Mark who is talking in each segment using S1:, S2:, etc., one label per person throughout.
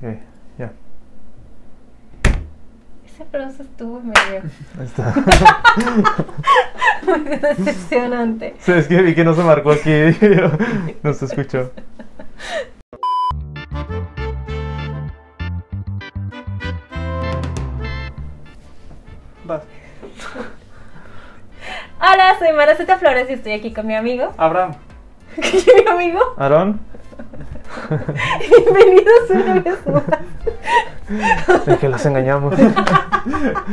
S1: Ok, ya.
S2: Ese proceso estuvo medio.
S1: Ahí está.
S2: muy decepcionante.
S1: Sí, es que vi que no se marcó aquí. no se escuchó. Vas.
S2: Hola, soy Maraceta Flores y estoy aquí con mi amigo.
S1: Abraham.
S2: ¿Mi amigo?
S1: Aarón.
S2: Bienvenidos una vez más.
S1: Es que los engañamos.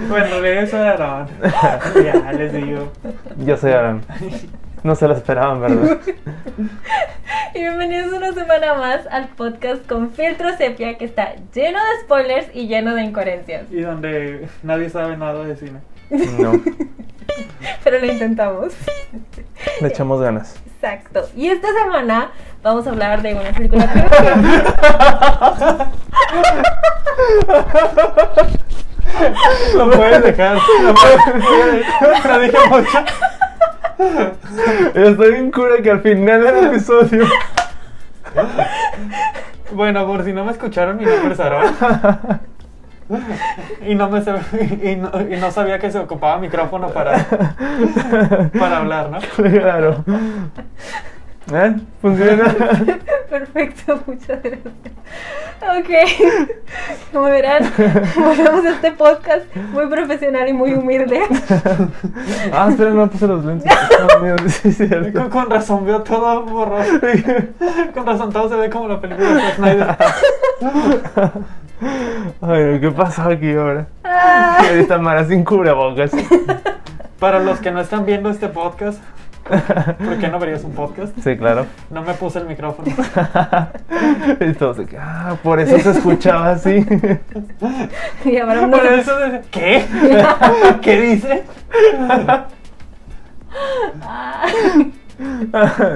S3: Bueno, le eso de Aarón. ya, les digo.
S1: Yo soy Aarón. No se lo esperaban, ¿verdad?
S2: Y bienvenidos una semana más al podcast con Filtro Sepia que está lleno de spoilers y lleno de incoherencias.
S3: Y donde nadie sabe nada de cine.
S1: No.
S2: Pero lo intentamos.
S1: Le echamos ganas.
S2: Exacto. Y esta semana vamos a hablar de una película que...
S3: Lo puedes dejar. Lo puedes dejar. Lo dije mucho.
S1: Estoy bien cura que al final del episodio.
S3: Bueno, por si no me escucharon, mi nombre es Aarón. Y no, me sab- y, no, y no sabía que se ocupaba micrófono para, para hablar, ¿no?
S1: Claro. ¿Eh? ¿Funciona?
S2: Perfecto, muchas gracias. Ok, como verán, volvemos a este podcast muy profesional y muy humilde.
S1: Ah, espera, no puse los lentes. No, mira, sí, es
S3: Con,
S1: cierto.
S3: con razón veo todo borroso. Con razón todo se ve como la película de Zack Snyder.
S1: Ay, no, ¿qué pasó aquí ahora?
S2: Ah.
S1: Y ahorita Mara sin cubrebocas.
S3: Para los que no están viendo este podcast, ¿por qué no verías un podcast?
S1: Sí, claro.
S3: No me puse el micrófono.
S1: Y todos de que, ah, por eso se escuchaba así.
S2: Y ahora uno
S3: Por
S2: se-
S3: eso de- ¿Qué? ¿Qué dice?
S2: Ah,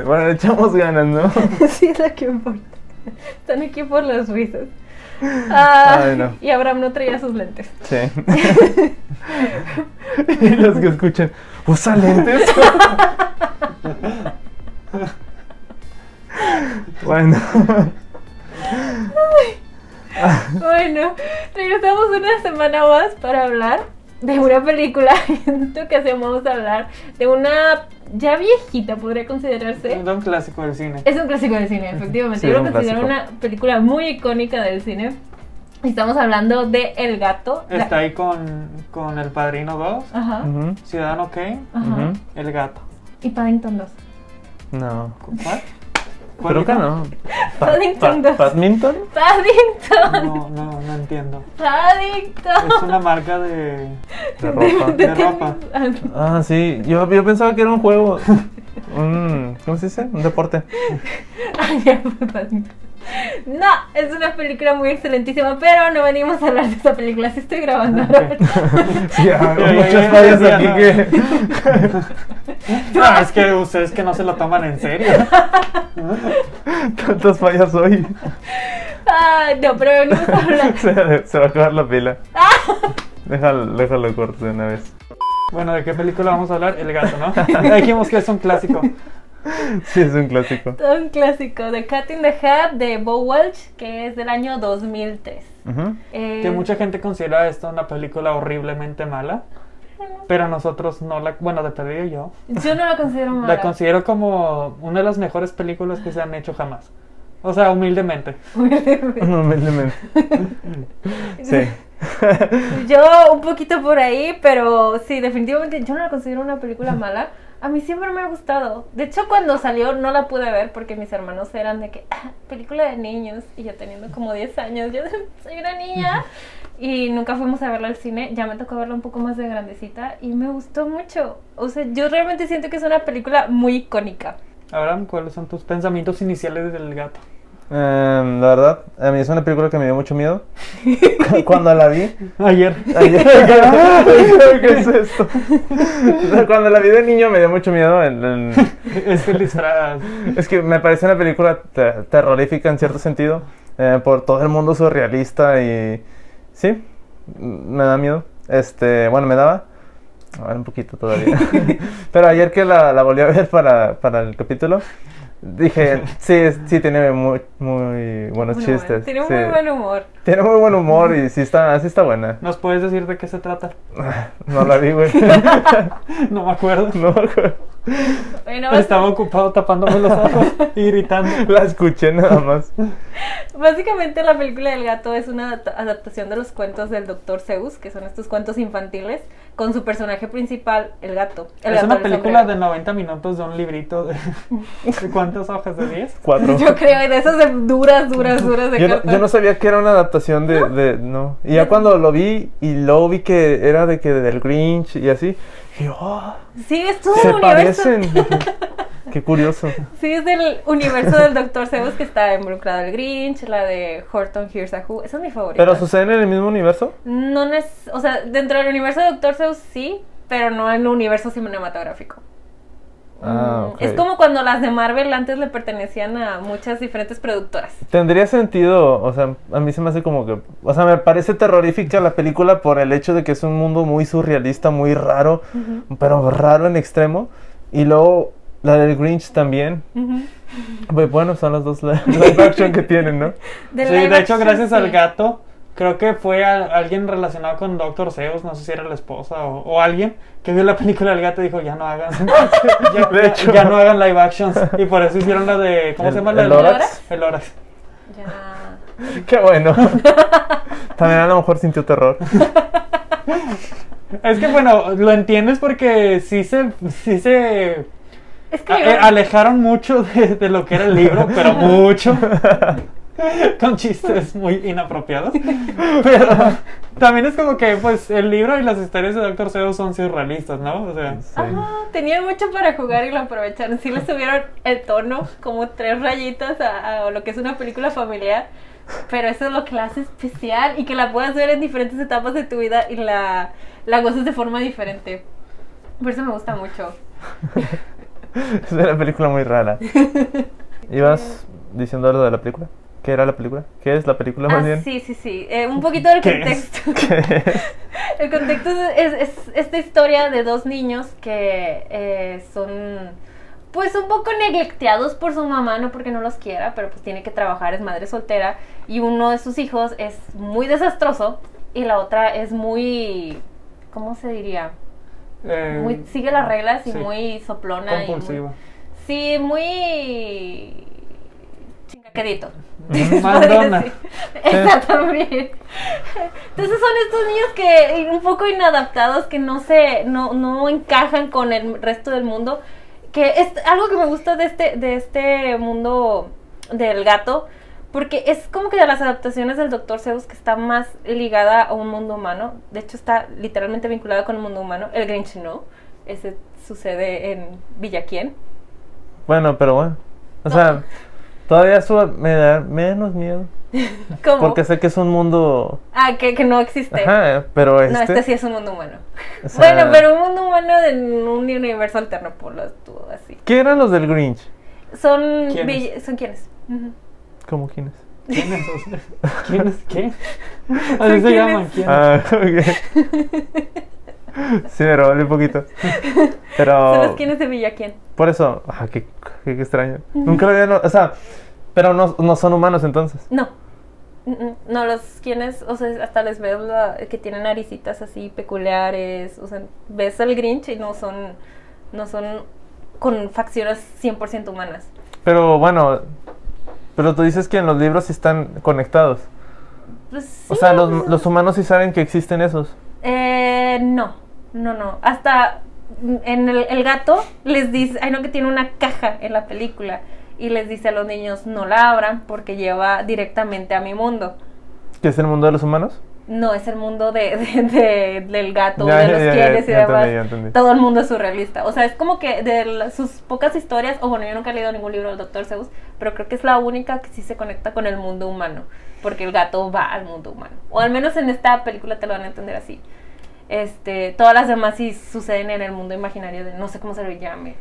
S1: Bueno, le echamos ganas, ¿no?
S2: sí, es lo que importa. Están aquí por los risas. Ah,
S1: Ay, no.
S2: Y Abraham no traía sus lentes.
S1: Sí. Y los que escuchan, ¿usa lentes? Bueno.
S2: Bueno, regresamos una semana más para hablar de una película. En esta ocasión vamos a hablar de una ya viejita, podría considerarse.
S3: Es un clásico del cine.
S2: Es un clásico del cine, efectivamente.
S1: Sí,
S2: Yo lo
S1: es un
S2: considero
S1: clásico.
S2: una película muy icónica del cine. Estamos hablando de El Gato. la-
S3: Está ahí con, con El Padrino 2,
S2: Ajá.
S1: Ujú,
S3: Ciudadano Kane,
S2: Ajá.
S1: ujú.
S3: El Gato.
S2: Y Paddington 2.
S1: No.
S3: ¿Cuál? ¿Cuál
S1: Creo que
S3: dijo?
S1: no.
S2: Paddington dos.
S1: ¿Padminton?
S2: ¡Paddington!
S3: No, no, no entiendo.
S2: ¡Paddington!
S3: Es una marca de...
S1: De ropa.
S3: de ropa.
S2: tenis.
S1: Ah, sí. Yo, yo pensaba que era un juego. Un, ¿Cómo se dice? Un deporte.
S2: Ay, ya fue Paddington. No, es una película muy excelentísima, pero no venimos a hablar de esa película. Sí estoy grabando. ahora.
S1: Sí, hay
S3: Ya, ya,
S1: muchas
S3: ya,
S1: fallas
S3: ya,
S1: aquí
S3: ya.
S1: que.
S3: No, Ah, es que ustedes que no se lo toman en serio.
S1: Tantas fallas hoy.
S2: Ay, no, pero venimos a hablar.
S1: se, se va a acabar la pila. Déjalo, déjalo corto de una vez.
S3: Bueno, ¿de qué película vamos a hablar? El Gato, ¿no? Ya Dijimos que es un clásico.
S1: Sí, es un clásico.
S2: Todo un clásico de Cat in the Hat de Bo Welch, que es del año 2003.
S1: Ujú.
S2: Eh,
S3: Que mucha gente considera esto una película horriblemente mala. Pero nosotros no la... Bueno, de perdido yo.
S2: Yo no la considero mala.
S3: La considero como una de las mejores películas que se han hecho jamás. O sea, humildemente.
S1: Humildemente. Sí.
S2: Yo un poquito por ahí, pero sí, definitivamente yo no la considero una película mala. A mí siempre me ha gustado. De hecho, cuando salió no la pude ver porque mis hermanos eran de que, "Ah, película de niños, y yo teniendo como 10 años, yo soy una niña. Y nunca fuimos a verla al cine, ya me tocó verla un poco más de grandecita y me gustó mucho. O sea, yo realmente siento que es una película muy icónica.
S3: Abraham, ¿cuáles son tus pensamientos iniciales del gato?
S1: Em, la verdad, a mí es una película que me dio mucho miedo. Cu- Cuando la vi,
S3: Ayer.
S1: Ayer, ¿qué- ¿Qué es esto? O sea, Cuando la vi de niño me dio mucho miedo. el- el-
S3: es el disfraz.
S1: es que me parece una película te- terrorífica en cierto sentido. eh, por todo el mundo surrealista y. Sí, m- me da miedo. Este, bueno, me daba. A ver, un poquito todavía. Pero ayer que la, la volví a ver para, para el capítulo, Dije, sí, es- sí, tiene muy, muy buenos
S2: Muy bueno.
S1: chistes.
S2: Tiene un
S1: sí.
S2: muy buen humor.
S1: Tiene muy buen humor y sí está, sí está buena.
S3: ¿Nos puedes decir de qué se trata?
S1: No la vi, güey.
S3: No me acuerdo.
S1: No, güey.
S2: Bueno, bas-
S3: Estaba ocupado tapándome los ojos y gritando.
S1: la escuché nada más.
S2: básicamente la película del gato es una adapta- adaptación de los cuentos del Dr. Zeus, que son estos cuentos infantiles, con su personaje principal, el gato. El
S3: es
S2: gato
S3: una
S2: del
S3: película de
S2: sombrero.
S3: 90 minutos de un librito de... ¿de ¿Cuántas hojas? ¿De 10?
S1: Cuatro.
S2: Yo creo, y de esas de duras, duras, duras de
S1: Yo no,
S2: cartón.
S1: yo no sabía que era una adaptación de, de- ¿No? Y ya cuando lo vi y luego vi que era de que del Grinch y así, dije, oh,
S2: Sí, es todo
S1: se
S2: un universo.
S1: parecen. Qué curioso.
S2: Sí, es del universo del Dr. Zeus que está involucrado el Grinch, la de Horton Hears a Who. Esa es mi favorita.
S1: ¿Pero suceden en el mismo universo?
S2: No es, o sea, dentro del universo de Doctor Zeus sí, pero no en el universo cinematográfico.
S1: Ah,
S2: Mm,
S1: ok.
S2: Es como cuando las de Marvel antes le pertenecían a muchas diferentes productoras.
S1: Tendría sentido, o sea, a mí se me hace como que, o sea, me parece terrorífica la película por el hecho de que es un mundo muy surrealista, muy raro, pero raro en extremo. Y luego la del Grinch también. Pues bueno, son las dos li- live action que tienen, ¿no?
S2: De
S3: sí,
S2: live
S3: de hecho,
S2: action,
S3: gracias
S2: sí.
S3: al gato, creo que fue a- alguien relacionado con Doctor Zeus, no sé si era la esposa o, o alguien, que vio la película del gato y dijo, ya no hagan, ya,
S1: De hecho.
S3: ya no hagan live actions. Y por eso hicieron la de, ¿cómo
S1: El-
S3: se llama? La
S1: el
S3: de-
S1: Lorax.
S3: El Lorax.
S2: Ya.
S1: Qué bueno. También a lo mejor sintió terror.
S3: Es que, bueno, lo entiendes porque sí se... Sí se
S2: Es que
S3: a-
S2: yo-
S3: eh, alejaron mucho de, de lo que era el libro, pero mucho. Con chistes muy inapropiados. Pero también es como que, pues, el libro y las historias de Doctor Zeus son surrealistas, ¿no? O sea,
S1: Sí.
S2: Ajá, tenían mucho para jugar y lo aprovecharon. Sí le subieron el tono, como tres rayitas a, a lo que es una película familiar. Pero eso es lo que la hace especial y que la puedas ver en diferentes etapas de tu vida y la, la goces de forma diferente. Por eso me gusta mucho.
S1: Es una película muy rara. Ibas diciendo algo de la película. ¿Qué era la película? ¿Qué es la película más
S2: Ah,
S1: bien?
S2: sí, sí, sí. Eh, un poquito del
S3: ¿Qué es?
S2: contexto.
S1: ¿Qué es?
S2: El contexto es, es- es esta historia de dos niños que eh, son pues un poco neglecteados por su mamá, no porque no los quiera, pero pues tiene que trabajar, es madre soltera y uno de sus hijos es muy desastroso y la otra es muy, ¿cómo se diría?
S3: eh,
S2: Muy, sigue las reglas y
S3: sí.
S2: muy soplona. y muy-
S3: compulsiva.
S2: sí, muy chingaquedito.
S3: Mandona.
S2: Sí. Esa también. Entonces son estos niños que un poco inadaptados, que no se, no, no encajan con el resto del mundo. Que es algo que me gusta de este, de este mundo del gato, porque es como que de las adaptaciones del Dr. Zeus que está más ligada a un mundo humano. De hecho, está literalmente vinculada con el mundo humano. El Grinch no. Ese sucede en Villaquién.
S1: Bueno, pero bueno. O sea, todavía eso me da menos miedo.
S2: ¿Cómo?
S1: Porque sé que es un mundo.
S2: Ah, que, que no existe.
S1: Ajá, pero este.
S2: No, este sí es un mundo humano.
S1: o sea,
S2: Bueno, pero un mundo humano de un universo alterno, por lo tú así.
S1: ¿Qué eran los del Grinch?
S2: Son
S3: ¿Quiénes?
S2: vill- son quienes. Ujú.
S1: ¿Cómo quiénes?
S3: ¿Quién es? ¿Quién es qué? Así se
S2: ¿Quién
S3: llaman.
S2: es?
S3: ¿Quién?
S1: Ah, ok. Sí, me robé un poquito. Pero.
S2: Son los quienes de Villaquién.
S1: Por eso. Ah, qué, qué- qué extraño. Nunca lo había. no- o sea, pero no, no son humanos entonces.
S2: No. Mm, mm, No, los quienes, o sea, hasta les ves la- que tienen naricitas así peculiares, o sea, ves al Grinch y no son, no son con facciones 100% humanas.
S1: Pero bueno. Pero tú dices que en los libros sí están conectados.
S2: Pues,
S1: O
S2: sí,
S1: sea,
S2: no,
S1: los,
S2: pues,
S1: los humanos sí saben que existen esos.
S2: Eh, no, no, no. Hasta en el, el gato les dice, hay no que tiene una caja en la película y les dice a los niños no la abran porque lleva directamente a mi mundo.
S1: ¿Que es el mundo de los humanos?
S2: No, es el mundo de, de- de- del gato,
S1: Ya,
S2: de
S1: ya,
S2: los
S1: ya, ya,
S2: quienes y
S1: ya entendí,
S2: demás.
S1: ya entendí.
S2: Todo el mundo es surrealista. O sea, es como que de la- sus pocas historias, o bueno, yo nunca he leído ningún libro del Dr. Zeus, pero creo que es la única que sí se conecta con el mundo humano, porque el gato va al mundo humano. O al menos en esta película te lo van a entender así. Este, todas las demás sí suceden en el mundo imaginario de no sé cómo se lo llame.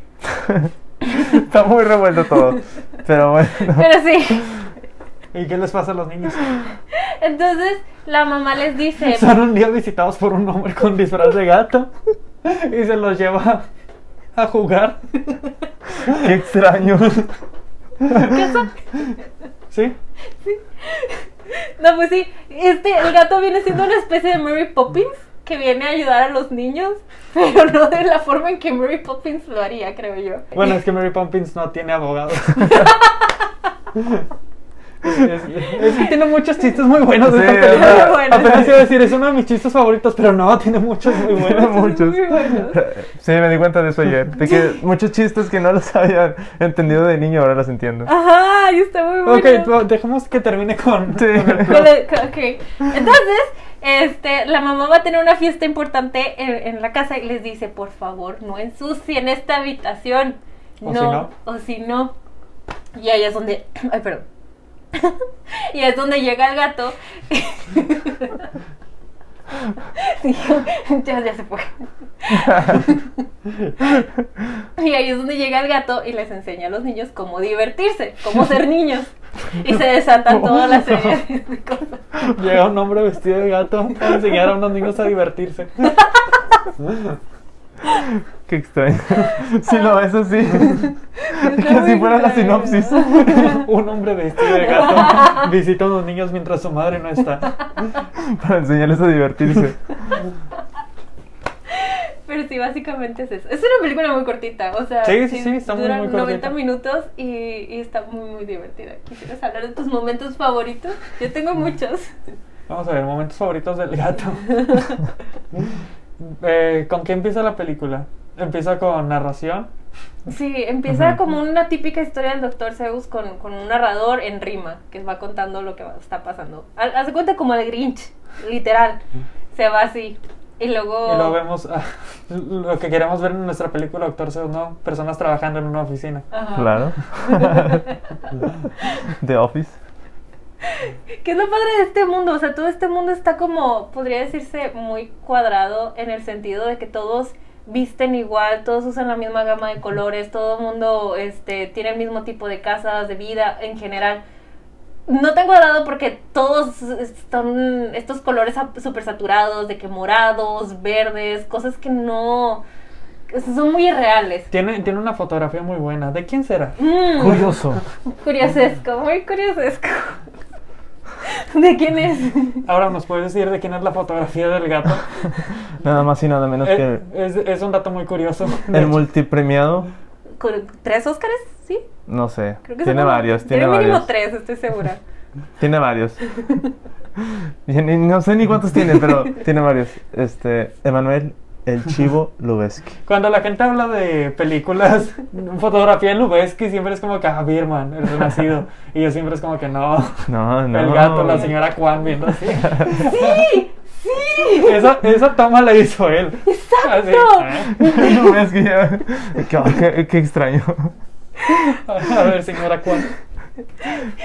S1: Está muy revuelto todo. Pero bueno.
S2: Pero sí.
S3: ¿Y qué les pasa a los niños?
S2: Entonces, la mamá les dice,
S3: Son un día visitados por un hombre con disfraz de gato y se los lleva a jugar.
S1: Qué extraño.
S2: ¿Qué son?
S3: ¿Sí?
S2: No, pues sí, este, el gato viene siendo una especie de Mary Poppins que viene a ayudar a los niños, pero no de la forma en que Mary Poppins lo haría, creo yo.
S3: Bueno, es que Mary Poppins no tiene abogados. Es, es- es que tiene muchos chistes muy buenos de
S1: Sí,
S3: esta
S1: es
S3: película.
S1: verdad.
S2: Bueno.
S3: Apenas iba a decir, es uno de mis chistes favoritos, pero no, tiene muchos muy
S1: Tiene
S3: buenos.
S1: muchos.
S2: muy buenos.
S1: Sí, me di cuenta de eso ayer. De que muchos chistes que no los había entendido de niño, ahora los entiendo.
S2: Ajá, y está muy bueno.
S3: Ok, pues, dejemos que termine con...
S1: Sí.
S3: con el-
S2: Con el- con- ok. Entonces, este, la mamá va a tener una fiesta importante en, en la casa y les dice, por favor, no ensucien esta habitación. no,
S3: O si no.
S2: o si no. Y ahí es donde, ay, perdón. y ahí es donde llega el gato. Dijo, ya, ya se fue. Y ahí es donde llega el gato y les enseña a los niños cómo divertirse, cómo ser niños. Y se desatan toda la serie de cosas.
S3: Llega un hombre vestido de gato para enseñar a unos niños a divertirse.
S1: Qué extraño. Si lo ves así.
S2: Está
S1: Que si
S2: muy
S1: fuera la
S2: raro.
S1: sinopsis.
S3: un hombre vestido de gato visita a unos niños mientras su madre no está.
S1: Para enseñarles a divertirse.
S2: Pero sí, básicamente es eso. Es una película muy cortita, o sea,
S3: Sí, sí, sí, está muy,
S2: duran
S3: muy cortita.
S2: 90 minutos y, y está muy, muy divertida. ¿Quisieras hablar de tus momentos favoritos? Yo tengo muchos.
S3: Vamos a ver, momentos favoritos del gato. Eh, ¿Con qué empieza la película? Empieza con narración.
S2: Sí, empieza
S1: Ujú.
S2: como una típica historia del Dr. Zeus con, con un narrador en rima que va contando lo que va- está pasando. Ha- Haz de cuenta como el Grinch, literal. Se va así. Y luego...
S3: Y luego vemos ah, lo que queremos ver en nuestra película, Doctor Seuss, ¿no? Personas trabajando en una oficina.
S2: Ajá.
S1: Claro. The Office.
S2: Que es lo padre de este mundo, o sea, todo este mundo está como, podría decirse, muy cuadrado en el sentido de que todos visten igual, todos usan la misma gama de colores, todo el mundo este, tiene el mismo tipo de casas, de vida en general. No tan cuadrado porque todos son estos colores súper saturados, de que morados, verdes, cosas que no... que son muy irreales.
S3: Tiene, tiene una fotografía muy buena. ¿De quién será?
S2: Mm.
S1: Curioso.
S2: Curiosesco, muy curiosesco. ¿De quién es?
S3: Ahora nos puedes decir de quién es la fotografía del gato.
S1: Nada más y nada menos que
S3: Eh, es, es un dato muy curioso. De
S1: el
S3: hecho.
S1: multipremiado.
S2: ¿Con ¿Tres Óscares? Sí.
S1: No sé.
S2: Creo que son
S1: tiene
S2: como-
S1: varios, tiene
S2: tiene mínimo
S1: varios.
S2: tres, estoy segura.
S1: Tiene varios. Y ni- no sé ni cuántos tiene, pero tiene varios. Este, Emanuel El Chivo Lubeski.
S3: Cuando la gente habla de películas, fotografía en Lubeski, siempre es como que, ah, Birman, el renacido. Y yo siempre es como que, no,
S1: No, no.
S3: el gato, la señora Kwan viendo así.
S2: ¡Sí! ¡Sí!
S3: Esa, esa toma la hizo él. Así,
S2: ¡Exacto!
S1: Lubeski, ya. Qué- qué- qué extraño.
S3: ah, A ver, señora Kwan.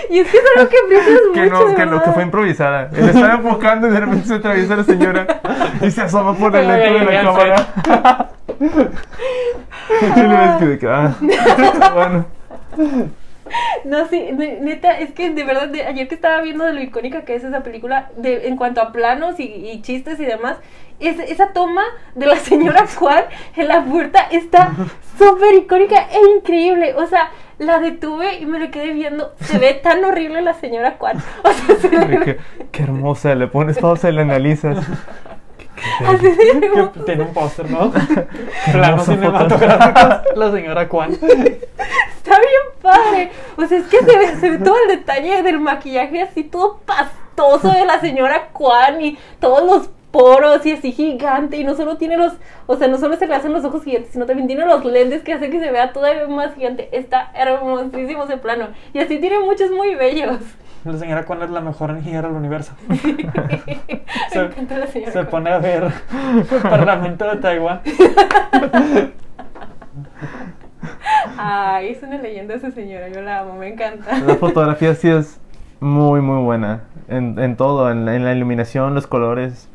S2: Y es que es algo que aprecias mucho.
S1: que no,
S2: de
S1: que no,
S2: verdad.
S1: que fue improvisada. Él estaba enfocando y de repente se atraviesa la señora y se asoma por el lente de la cámara. Y le ves que de que, ah, bueno.
S2: No, sí, ne- neta, es que de verdad, de- ayer que estaba viendo de lo icónica que es esa película, de, en cuanto a planos y, y chistes y demás, es- esa toma de la señora Juan en la puerta está súper icónica e increíble. O sea, la detuve y me lo quedé viendo. Se ve tan horrible la señora Juan. O sea, se le
S1: De
S2: ve
S1: que, qué hermosa, le pones pausa y la analizas.
S2: así de hermoso.
S3: Que tiene un póster, ¿no?
S1: Qué
S3: Planos
S1: hermosa foto.
S3: cinematográficos. La señora Kwan.
S2: Está bien padre. O sea, es que se ve, se ve todo el detalle del maquillaje así todo pastoso de la señora Kwan y todos los poros y así gigante y no solo tiene los, o sea, no solo se le hacen los ojos gigantes, sino también tiene los lentes que hacen que se vea todavía más gigante. Está hermosísimo ese plano. Y así tiene muchos muy bellos.
S3: La señora Kwan es la mejor ingeniera del universo.
S2: Me
S3: Se-
S2: encanta la señora
S3: Se
S2: Kwan.
S3: pone a ver el Parlamento de Taiwán.
S2: Ay, es una leyenda esa señora, yo la amo, me encanta.
S1: La fotografía sí es muy, muy buena. En, en todo, en, la- en la iluminación, los colores.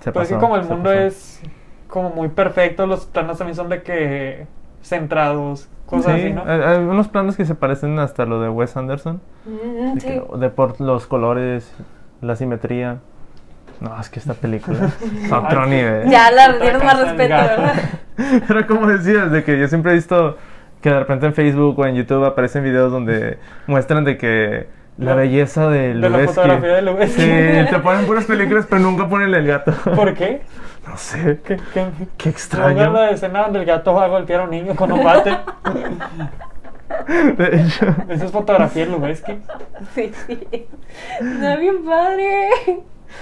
S1: Se
S3: Pues
S1: pasó,
S3: es que como el
S1: se
S3: mundo
S1: pasó.
S3: es como muy perfecto, los planos también son de que centrados, cosas
S1: Sí, eh,
S3: así, ¿no?
S1: hay, hay unos planos que se parecen hasta lo de Wes Anderson.
S2: Mm,
S1: De,
S2: sí.
S1: que- de por los colores, la simetría. No, es que esta película es a otro
S3: Ay,
S1: nivel.
S2: Ya la
S3: Otra
S2: tienes más
S3: casa del
S2: respeto,
S3: gato.
S2: ¿verdad?
S1: Pero como decías, de que yo siempre he visto que de repente en Facebook o en YouTube aparecen videos donde muestran de que la
S3: No.
S1: belleza de
S3: De la
S1: Lubeski.
S3: fotografía de Lubeski.
S1: Sí, te ponen puras películas, pero nunca ponen el gato.
S3: ¿Por qué?
S1: No sé.
S3: ¿Qué, qué,
S1: Qué
S3: Pongan
S1: extraño.
S3: la escena donde el gato va a golpear a un niño con un bate.
S1: De hecho.
S3: Esa es fotografía de Lubeski.
S2: Sí, sí. Está bien padre.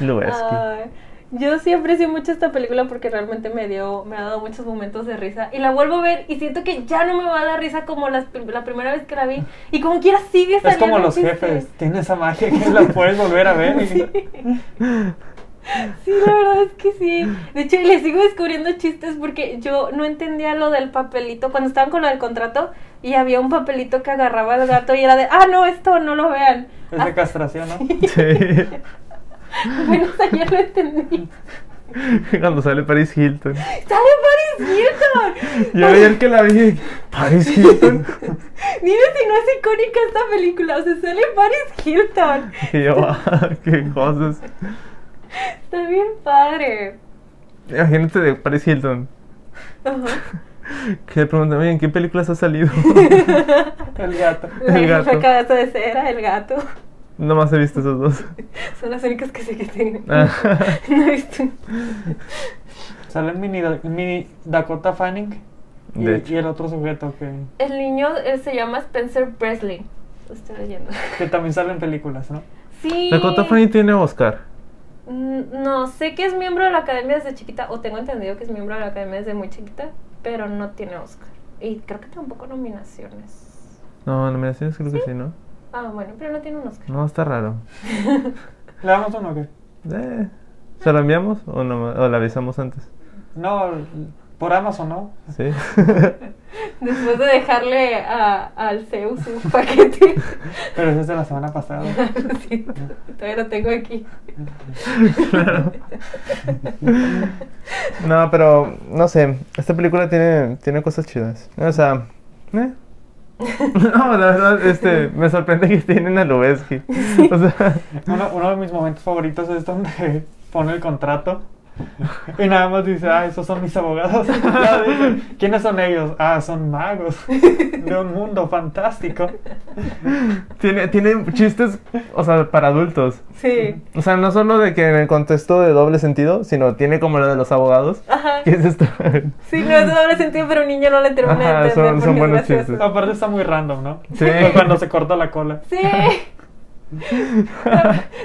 S1: Lubeski.
S2: Ay, yo sí aprecio mucho esta película porque realmente me dio, me ha dado muchos momentos de risa. Y la vuelvo a ver y siento que ya no me va a dar risa como las prim- la, primera vez que la vi. Y como quiera sigue
S3: Es
S2: saliendo
S3: como los
S2: chistes.
S3: jefes. Tiene esa magia que la puedes volver a ver.
S2: Sí, la verdad es que sí. De hecho, le sigo descubriendo chistes porque yo no entendía lo del papelito. Cuando estaban con lo del contrato y había un papelito que agarraba al gato y era de, ah, no, esto no lo vean.
S3: Es de castración, ¿no?
S1: Sí.
S2: Bueno, o sea, ya lo entendí.
S1: Cuando sale Paris Hilton.
S2: ¡Sale Paris Hilton!
S1: Yo ayer que la vi, Paris Hilton.
S2: Dime si no es icónica esta película. O sea, sale Paris Hilton.
S1: Y yo, ah, qué cosas.
S2: Está bien padre.
S1: Imagínate de Paris Hilton.
S2: Ajá.
S1: Que le preguntan, oye, ¿en qué películas ha salido?
S3: El gato.
S2: La
S1: El gato.
S2: jefa cabeza de cera, el gato.
S1: Nomás he visto esos dos.
S2: Son las únicas que sé que tienen.
S1: Ah.
S2: No he visto.
S3: Sale mini, mini Dakota Fanning. Y,
S1: De hecho.
S3: y el otro sujeto que,
S2: El niño eh, se llama Spencer Presley. Lo estoy leyendo.
S3: que también sale en películas, ¿no?
S2: Sí.
S1: Dakota Fanning tiene Oscar.
S2: Mm, No, sé que es miembro de la academia desde chiquita, o tengo entendido que es miembro de la academia desde muy chiquita, pero no tiene Oscar. Y creo que tampoco nominaciones.
S1: No, nominaciones creo que sí, ¿no?
S2: Ah, bueno, pero no tiene un Oscar.
S1: No, está raro.
S3: ¿Le damos uno o qué?
S1: Eh, ¿Se la enviamos o, no, o la avisamos antes?
S3: No, por Amazon, ¿no?
S1: Sí.
S2: Después de dejarle a, al Zeus un paquete.
S3: Pero ese es de la semana pasada.
S2: Lo siento, todavía lo tengo aquí.
S1: claro. No, pero no sé. Esta película tiene, tiene cosas chidas. O sea, ¿eh? No, la verdad, este, me sorprende que tienen a Lubeski. O sea,
S3: Uno, uno de mis momentos favoritos es donde pone el contrato y nada más dice, ah, esos son mis abogados. Ya dije, ¿Quiénes son ellos? Ah, son magos de un mundo fantástico.
S1: tiene, tiene chistes, o sea, para adultos.
S2: Sí.
S1: O sea, no solo de que en el contexto de doble sentido, sino tiene como lo de los abogados.
S2: Ajá.
S1: ¿Qué es esto?
S2: Sí, no, eso doble sentido, pero un niño no le termina
S1: Ajá,
S2: de entender.
S1: son-
S2: porque
S1: son
S2: es
S1: buenos
S2: gracioso.
S1: chistes.
S3: Aparte está muy random, ¿no?
S1: Sí.
S3: Cuando se corta la cola.
S2: Sí.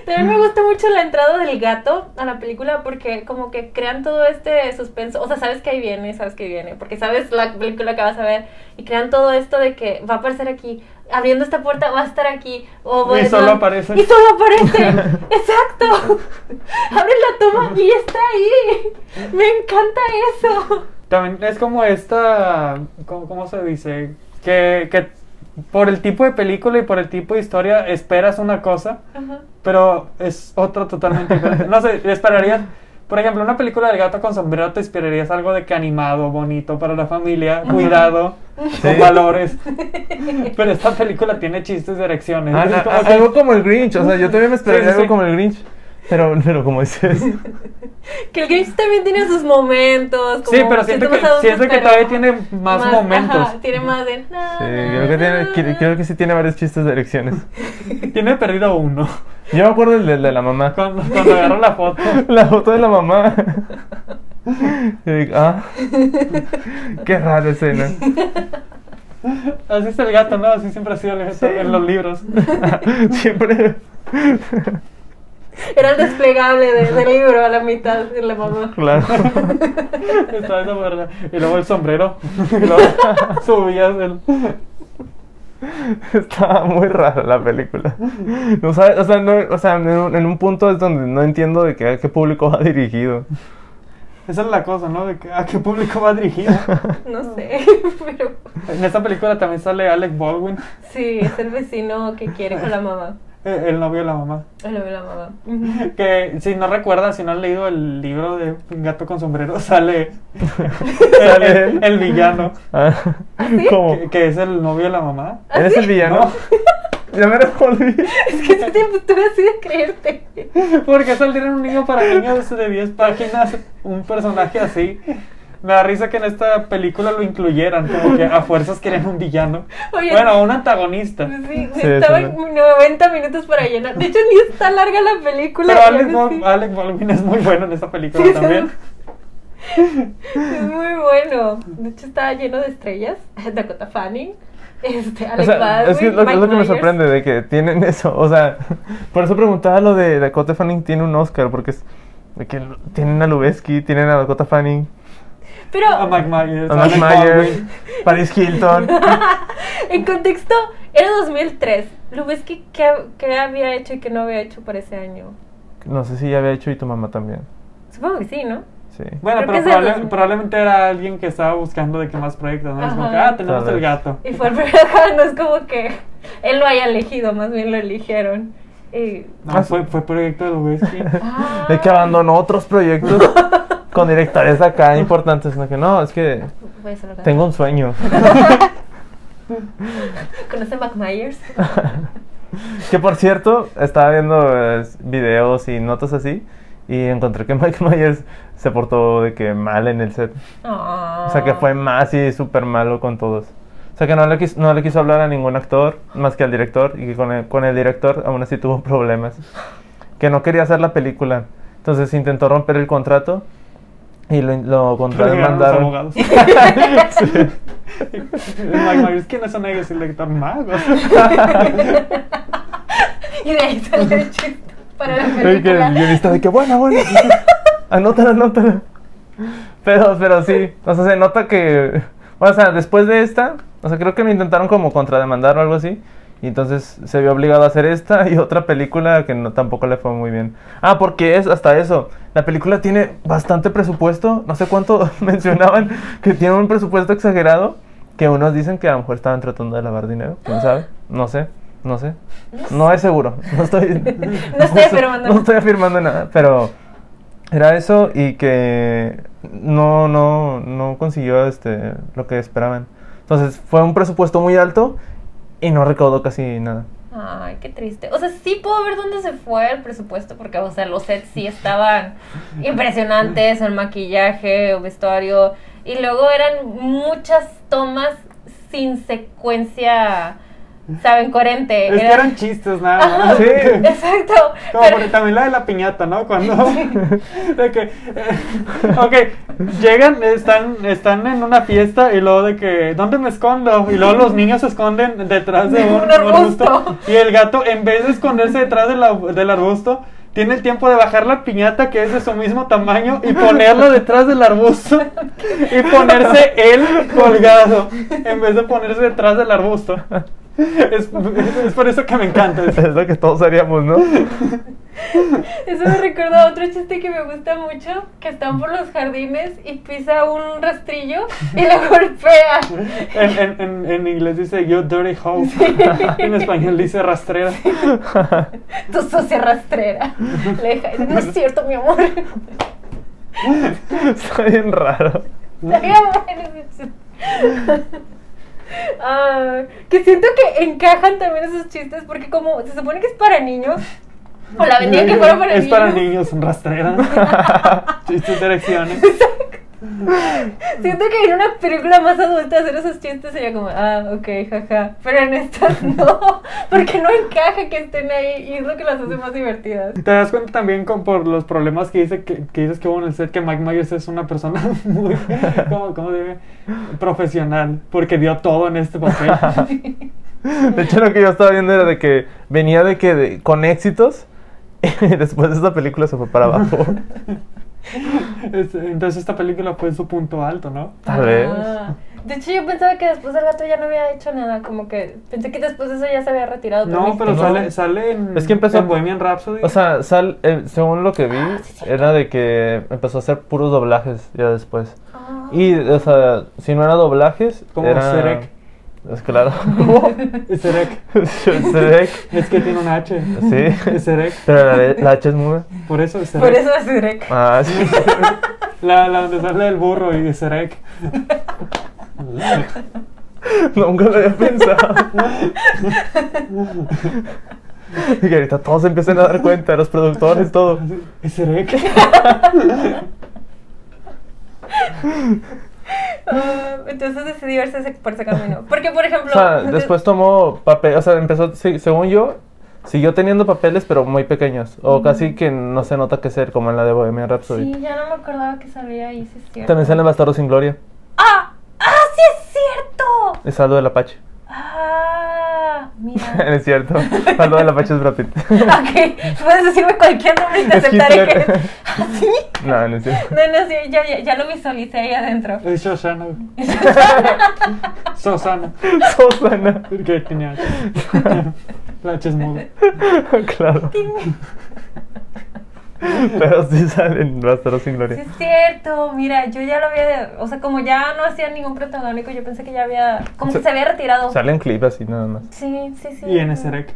S2: También me gusta mucho la entrada del gato a la película porque como que crean todo este suspenso. O sea, sabes que ahí viene, sabes que ahí viene, porque sabes la película que vas a ver y crean todo esto de que va a aparecer aquí, abriendo esta puerta va a estar aquí o
S3: Y
S2: bueno,
S3: solo aparece.
S2: Y solo aparece. Exacto. Abre la toma y está ahí. Me encanta eso.
S3: También es como esta, ¿cómo, cómo se dice? Que, que por el tipo de película y por el tipo de historia esperas una cosa,
S2: Ajá.
S3: pero es otra totalmente diferente. No sé, esperarías, por ejemplo, una película del gato con sombrero, te esperarías algo de que animado, bonito, para la familia, cuidado, con valores. Pero esta película tiene chistes de erecciones.
S1: Ah,
S3: Es
S1: ah,
S3: como
S1: ah,
S3: que-
S1: algo como el Grinch, o sea, yo también me esperaría
S3: Sí, sí,
S1: algo
S3: sí.
S1: como el Grinch. Pero, pero como dices,
S2: Que el Grinch también tiene sus momentos. Como
S3: Sí, pero siento que,
S2: más adultos,
S3: siento que
S2: pero
S3: todavía tiene más, momentos.
S2: ajá, tiene más de. Sí,
S1: sí, creo, que tiene, cre- creo que sí tiene varios chistes de elecciones.
S3: Tiene perdido uno.
S1: Yo me acuerdo el de, el de la mamá.
S3: Cuando, cuando agarró la foto.
S1: La foto de la mamá. Y digo, ah, qué rara escena.
S3: Así es el gato, ¿no? Así siempre ha sido el gato en los libros.
S1: Siempre.
S2: Era el desplegable de- del libro a la mitad de la mamá.
S1: Claro.
S3: Estaba esa barra. Y luego el sombrero. Y luego subías el...
S1: Estaba muy rara la película. No sabe- o sea, no- o sea, en, un, en un punto es donde no entiendo de qué, a qué público va dirigido.
S3: Esa es la cosa, ¿no? De que, a qué público va dirigido.
S2: No sé, pero.
S3: En esta película también sale Alec Baldwin,
S2: Sí, es el vecino que quiere con la mamá.
S3: eh, el novio de la mamá.
S2: El novio de la mamá. Ujú.
S3: Que si no recuerdan, si no han leído el libro de Un gato con sombrero, sale
S1: Sale
S3: el,
S1: él.
S3: el villano.
S1: Ah, ¿Cómo?
S3: Que, que es el novio de la mamá.
S1: ¿Eres el villano? Ya me revolví.
S2: Es que ese tiempo estuve así de creerte.
S3: Porque saldría en un libro para niños de 10 páginas un personaje así. Me da risa que en esta película lo incluyeran, como que a fuerzas querían un villano.
S2: Oye,
S3: bueno, un antagonista.
S2: Sí,
S1: Sí,
S2: estaban
S1: sí.
S2: 90 minutos para llenar. De hecho, ni está larga la película.
S3: Pero
S2: ya
S3: Alec,
S2: ves
S3: Bal-
S2: que-
S3: Alec Baldwin es muy bueno en esta película
S2: Sí,
S3: también.
S2: Es muy bueno. De hecho, está lleno de estrellas. Dakota Fanning, este,
S1: O
S2: Alec
S1: sea,
S2: Baldwin,
S1: es que lo, es
S2: Mike
S1: lo que me
S2: Myers.
S1: sorprende de que tienen eso. O sea, por eso preguntaba lo de Dakota Fanning tiene un Oscar, porque es de que lo- tienen a Lubeski, tienen a Dakota Fanning,
S2: Pero
S3: A Mike Myers.
S1: a Max
S3: Alec
S1: Myers,
S3: Baldwin.
S1: Paris Hilton.
S2: en contexto, era 2003. Lo ves que qué, qué había hecho y qué no había hecho para ese año.
S1: No sé si ya había hecho y tu mamá también.
S2: Supongo que sí, ¿no?
S1: Sí.
S3: Bueno,
S2: Creo que
S3: pero
S2: es el
S3: probable-
S2: 2000.
S3: probablemente era alguien que estaba buscando de qué más proyectos. ¿no? Es como
S2: Ajá.
S3: que, ah, tenemos
S1: Tal
S3: el
S1: vez.
S3: gato.
S2: Y fue el primer ajá, no es como que él lo haya elegido, más bien lo eligieron. Y-
S1: Ah,
S3: No, fue, fue proyecto de Lubeski.
S2: Ah.
S1: De que abandonó otros proyectos con directores de acá importantes. No, que no, es que
S2: Voy a saludar.
S1: tengo un sueño.
S2: ¿Conoce a Mac Myers?
S1: Que por cierto, estaba viendo eh, videos y notas así y encontré que Mike Myers se portó de que mal en el set. O sea, que fue más y súper malo con todos. O sea, que no le, quiso, no le quiso hablar a ningún actor más que al director y que con el, con el director aún así tuvo problemas. Que no quería hacer la película. Entonces intentó romper el contrato y lo, lo
S3: Pero llegaron los
S1: contramandaron.
S3: abogados. Mike Myers, ¿quiénes son ellos? El lector mago.
S2: y de ahí sale el chiste para la
S1: El que el
S2: película.
S1: guionista de que buena, buena. anótala, anótala. Pero, pero sí, o sea, se nota que. O sea, después de esta, o sea, creo que lo intentaron como contrademandar o algo así. Y entonces se vio obligado a hacer esta y otra película que no, tampoco le fue muy bien. Ah, porque es hasta eso. La película tiene bastante presupuesto. No sé cuánto mencionaban que tiene un presupuesto exagerado. Que unos dicen que a lo mejor estaban tratando de lavar dinero. ¿Quién sabe? No sé. No sé. No es seguro. No estoy.
S2: No estoy afirmando
S1: No
S2: nada.
S1: estoy afirmando nada. Pero era eso y que no, no, no consiguió este, lo que esperaban. Entonces fue un presupuesto muy alto y no recaudó casi nada.
S2: Ay, qué triste. O sea, sí puedo ver dónde se fue el presupuesto, porque, o sea, los sets sí estaban impresionantes, el maquillaje, el vestuario, y luego eran muchas tomas sin secuencia, ¿saben? Coherente.
S3: Es que
S2: Era-
S3: eran chistes nada
S2: Ajá,
S3: más.
S1: Sí.
S2: Exacto.
S3: Como
S2: pero-
S3: por- también la de la piñata, ¿no? Cuando. de que. eh, ok, llegan, están, están en una fiesta y luego de que. ¿Dónde me escondo? Y luego los niños se esconden detrás de
S2: De
S3: un,
S2: un arbusto.
S3: Y el gato, en vez de esconderse detrás de la- del arbusto, tiene el tiempo de bajar la piñata que es de su mismo tamaño y ponerla detrás del arbusto y ponerse él colgado en vez de ponerse detrás del arbusto. Es, es por eso que me encanta.
S1: Es lo que todos haríamos, ¿no?
S2: Eso me recuerda a otro chiste que me gusta mucho, que están por los jardines y pisa un rastrillo y lo golpea.
S3: En, en- en- en inglés dice you dirty hoe. En español dice rastrera.
S2: Tu socia rastrera. Le deja, no es cierto, mi amor.
S1: Está bien raro.
S2: Estaría bueno ese chiste. Ah, que siento que encajan también esos chistes porque como se supone que es para niños, o la vendían que fuera para
S3: es
S2: niños.
S3: para niños, rastrera. Chistes de erecciones.
S2: Siento que en una película más adulta hacer esos chistes sería como, ah, ok, jaja. Pero en estas no, porque no encaja que estén ahí y es lo que las hace más divertidas.
S3: Te das cuenta también con, por los problemas que, dice que, que dices que hubo en el set que Mike Myers es una persona muy ¿cómo, cómo se dice? profesional porque dio todo en este papel.
S1: De hecho, lo que yo estaba viendo era de que venía de que de- con éxitos y después de esta película se fue para abajo.
S3: Es- Entonces esta película fue su punto alto, ¿no?
S1: Tal vez.
S2: Ah. De hecho, yo pensaba que después del gato ya no había hecho nada, como que pensé que después de eso ya se había retirado.
S3: No, pero
S1: No.
S3: sale, sale en,
S1: Es que empezó-
S3: en Bohemian Rhapsody.
S1: O sea, sal- eh, según lo que vi,
S2: Ah,
S1: era de que empezó a hacer puros doblajes ya después.
S2: Ah.
S1: Y, o sea, si no era doblajes,
S3: Como
S1: era...
S3: Serec.
S1: Es claro.
S3: Es Eric.
S1: Serec.
S3: Es que tiene un H.
S1: Sí.
S3: Es Eric.
S1: Pero la, la H es muda.
S3: Por eso es Serec.
S2: Por eso es Derek.
S1: Ah, sí.
S3: La, la donde sale el burro y Serek.
S1: Nunca lo había pensado. Y que ahorita todos se empiezan a dar cuenta, los productores, todo.
S3: Es Serek.
S2: Ah, entonces decidí verse ese- por ese camino. Porque, por
S1: O
S2: ejemplo.
S1: sea, después tomó papel, o sea, empezó, sí, según yo, siguió teniendo papeles, pero muy pequeños. O casi que no se nota que ser, como en la de Bohemian Rhapsody.
S2: Sí, ya no me acordaba que salía ahí, sí es cierto.
S1: También sale en Bastardo sin Gloria.
S2: ¡Ah! ¡Ah, sí es cierto!
S1: Es Aldo del Apache.
S2: ¡Ah! Mira.
S1: es cierto. Aldo del Apache es Brad Pitt.
S2: ok, puedes decirme cualquier nombre y te
S1: Es
S2: aceptaré que.
S1: Hitler.
S2: ¿Ah, sí?
S1: no, no es cierto.
S2: No, no, sí, ya, ya, ya lo visualicé ahí adentro.
S3: Es Shoshana. Susana.
S1: Susana.
S3: Qué genial. La H es muda.
S1: claro. Pero sí sale en Bastardo sin
S2: Sí
S1: Gloria.
S2: es cierto, mira, yo ya lo había, o sea, como ya no hacía ningún protagónico, yo pensé que ya había, como que
S1: Sa-
S2: se había retirado.
S1: Sale en clip así nada más.
S2: Sí, sí, sí.
S3: Y en SREC.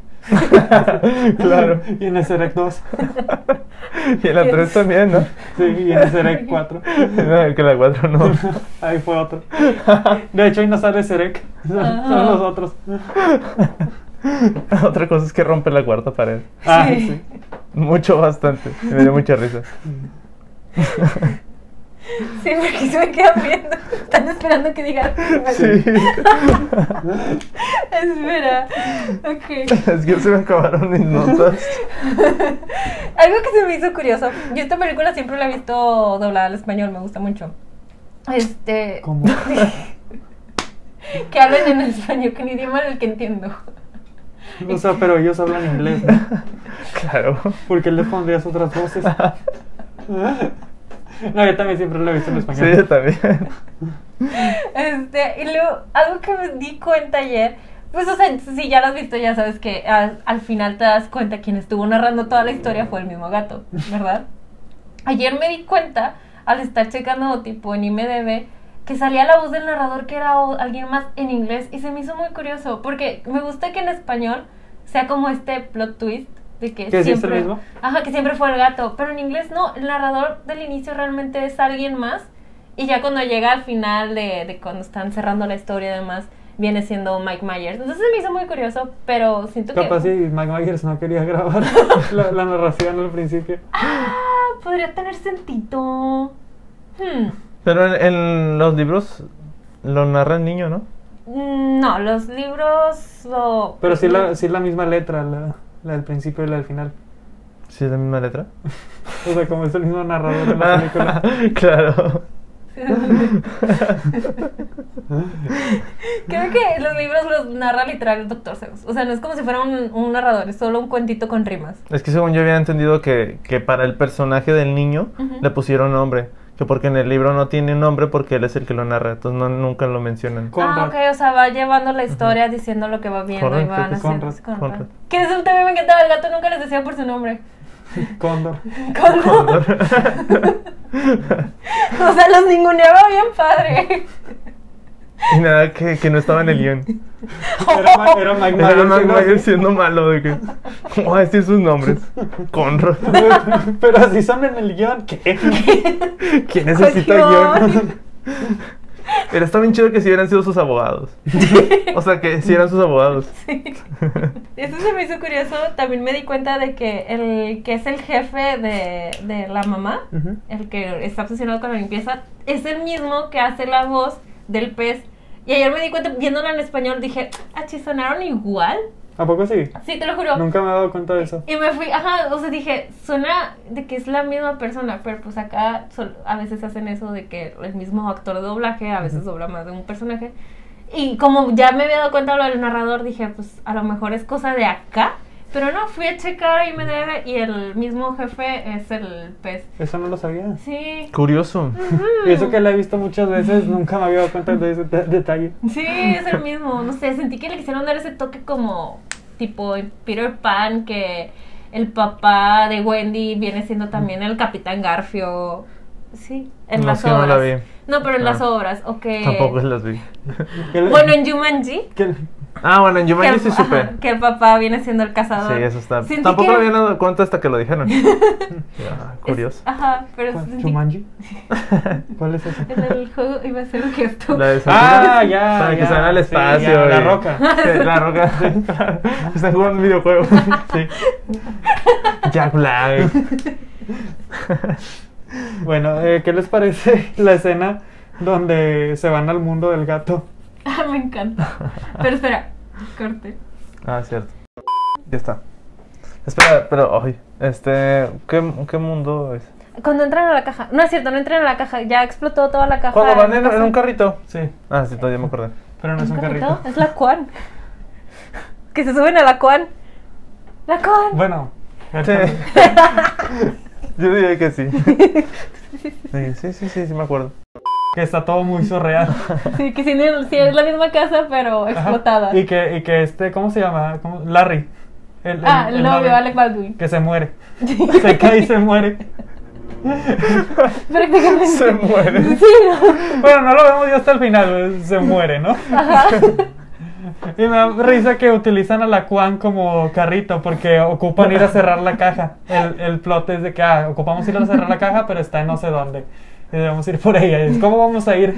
S1: claro.
S3: Y en SREC 2.
S1: Y en la 3 también, ¿no?
S3: Sí, y en SREC 4.
S1: No, que la 4 no.
S3: Ahí fue otro. De hecho, ahí no sale Serek. Son, son los otros.
S1: Otra cosa es que rompe la cuarta pared.
S3: Ah,
S2: Sí.
S3: sí.
S1: Mucho, bastante. Me dio mucha risa.
S2: Sí, porque se me quedan viendo. Están esperando que diga.
S1: Sí.
S2: Espera. Ok.
S1: Es que se me acabaron mis notas.
S2: Algo que se me hizo curioso. Yo esta película siempre la he visto doblada al español, me gusta mucho. Este.
S3: ¿Cómo?
S2: que hablen en español, que un idioma en el que entiendo.
S3: O sea, pero ellos hablan inglés, ¿no?
S1: Claro.
S3: ¿Por qué le pondrías otras voces? No, yo también siempre lo he visto en
S1: Sí, yo
S3: español.
S1: también.
S2: Este, y luego, algo que me di cuenta ayer, pues, o sea, si ya lo has visto, ya sabes que al, al final te das cuenta quien estuvo narrando toda la historia fue el mismo gato, ¿verdad? Ayer me di cuenta, al estar checando tipo en IMDB, que salía la voz del narrador que era o- alguien más en inglés y se me hizo muy curioso, porque me gusta que en español sea como este plot twist. De que
S3: ¿Que es
S2: siempre,
S3: el mismo?
S2: Ajá, que siempre fue el gato. Pero en inglés no, el narrador del inicio realmente es alguien más. Y ya cuando llega al final de, de cuando están cerrando la historia y demás, viene siendo Mike Myers. Entonces se me hizo muy curioso, pero siento
S3: Capaz si
S2: que
S3: Mike Myers no quería grabar la, la narración al principio.
S2: Ah, podría tener sentido. Hmm.
S1: Pero en, en los libros lo narra el niño, ¿no?
S2: Mm, No, los libros lo...
S3: Pero sí la, sí la misma letra, la, la del principio y la del final.
S1: Sí, es la misma letra.
S3: O sea, como es el mismo narrador en la película.
S1: claro.
S2: Creo que los libros los narra literal el Dr. Seuss. O sea, no es como si fuera un, un narrador, es solo un cuentito con rimas.
S1: Es que según yo había entendido que, que para el personaje del niño
S2: Ujú.
S1: le pusieron nombre. Que porque en el libro no tiene nombre porque él es el que lo narra. Entonces no, nunca lo mencionan.
S3: Conrad.
S2: Ah, ok, o sea, va llevando la historia diciendo lo que va viendo
S1: Conrad,
S2: y
S1: creo
S2: van
S1: que es
S2: haciendo...
S3: Conrad,
S2: es Conrad.
S1: Conrad.
S2: Que eso también me encantaba, el gato nunca les decía por su nombre.
S3: Cóndor.
S2: Conrad. o sea, los ninguneaba bien padre.
S1: y nada, que, que no estaba en el guión.
S3: Era, Ma-
S2: Oh,
S3: era Mike Myers.
S1: Era Mike
S3: ¿no?
S1: Myers siendo malo de que... Voy a decir sus nombres. Conrad.
S3: Pero así son en el guión, ¿qué?
S1: ¿Quién necesita
S2: Cuestión.
S1: guión? Pero está bien chido que si hubieran sido sus abogados. O sea, que si eran sus abogados.
S2: Eso se me hizo curioso. También me di cuenta de que el que es el jefe de, de la mamá,
S3: Ujú.
S2: el que está obsesionado con la limpieza, es el mismo que hace la voz del pez. Y ayer me di cuenta, viéndola en español, dije, ah, chis, sonaron igual.
S3: ¿A poco sí?
S2: Sí, te lo juro.
S3: Nunca me he dado cuenta de eso.
S2: Y me fui, ajá, o sea, dije, suena de que es la misma persona, pero pues acá sol- a veces hacen eso de que el mismo actor de doblaje a veces dobla más de un personaje. Y como ya me había dado cuenta lo del narrador, dije, pues a lo mejor es cosa de acá. Pero no, fui a checar y me debe, y el mismo jefe es el pez.
S3: Eso no lo sabía.
S2: Sí.
S1: Curioso.
S3: Y eso que la he visto muchas veces, nunca me había dado cuenta de ese de- detalle.
S2: Sí, es el mismo. No sé, sentí que le quisieron dar ese toque como tipo en Peter Pan, que el papá de Wendy viene siendo también el Capitán Garfio. Sí, en
S1: No,
S2: las
S1: sí, no
S2: obras. Eh,
S1: la vi.
S2: No, pero en las
S1: Ah.
S2: obras, ok.
S1: Tampoco las vi.
S3: Que le-
S2: Bueno, en Jumanji.
S3: que-
S1: Ah, bueno, en Jumanji
S2: el-
S1: sí supe.
S2: ajá, que el papá viene siendo el cazador.
S1: Sí, eso está.
S2: Sentí
S1: Tampoco
S2: que-
S1: lo habían dado cuenta hasta que lo dijeron. Ah,
S2: es-
S1: curioso.
S2: ajá, pero
S3: ¿Cuál?
S2: sentí-
S3: ¿Chumanji? ¿Cuál es esa?
S2: en el juego iba a ser un gesto.
S1: La de Sabrina.
S3: Ah, ya.
S1: Para que
S3: ya,
S1: se van al
S3: sí,
S1: espacio.
S3: ya, la
S1: y-
S3: roca.
S1: Sí, la roca. Están jugando un videojuego. Sí. Jack Black.
S3: Bueno, eh, ¿qué les parece la escena donde se van al mundo del gato?
S2: Ah, me encanta. Pero espera, corte.
S1: Ah, cierto. Ya está. Espera, pero, ay, este, ¿qué, qué mundo es?
S2: Cuando entran a la caja. No es cierto, no entran a la caja. Ya explotó toda la caja.
S1: Cuando van
S2: ¿no
S1: en,
S2: pasa?
S1: en un carrito.
S3: Sí,
S1: Ah, sí, ya me acordé.
S3: pero no es un carrito.
S2: Es la Quan. Que se suben a la Quan. La Quan.
S3: Bueno,
S1: Sí.
S3: ahorita-
S1: Yo diría que sí. Sí, sí, sí, sí, sí me acuerdo.
S3: que está todo muy surreal.
S2: Sí, que sí, no- sí, es la misma casa, pero explotada.
S3: Ajá. Y que, y que este, ¿cómo se llama? ¿Cómo? Larry. El, el-
S2: ah, el,
S3: el
S2: novio, Alec Baldwin.
S3: Que se muere. Se cae y se muere.
S2: Prácticamente.
S1: Se muere.
S2: Sí, no.
S3: Bueno, no lo vemos ya hasta el final, eh, se muere, ¿no? Y me da risa que utilizan a la Quan como carrito porque ocupan ir a cerrar la caja. El, el plot es de que ah, ocupamos ir a cerrar la caja, pero está en no sé dónde. Y debemos ir por ella. Es, ¿Cómo vamos a ir?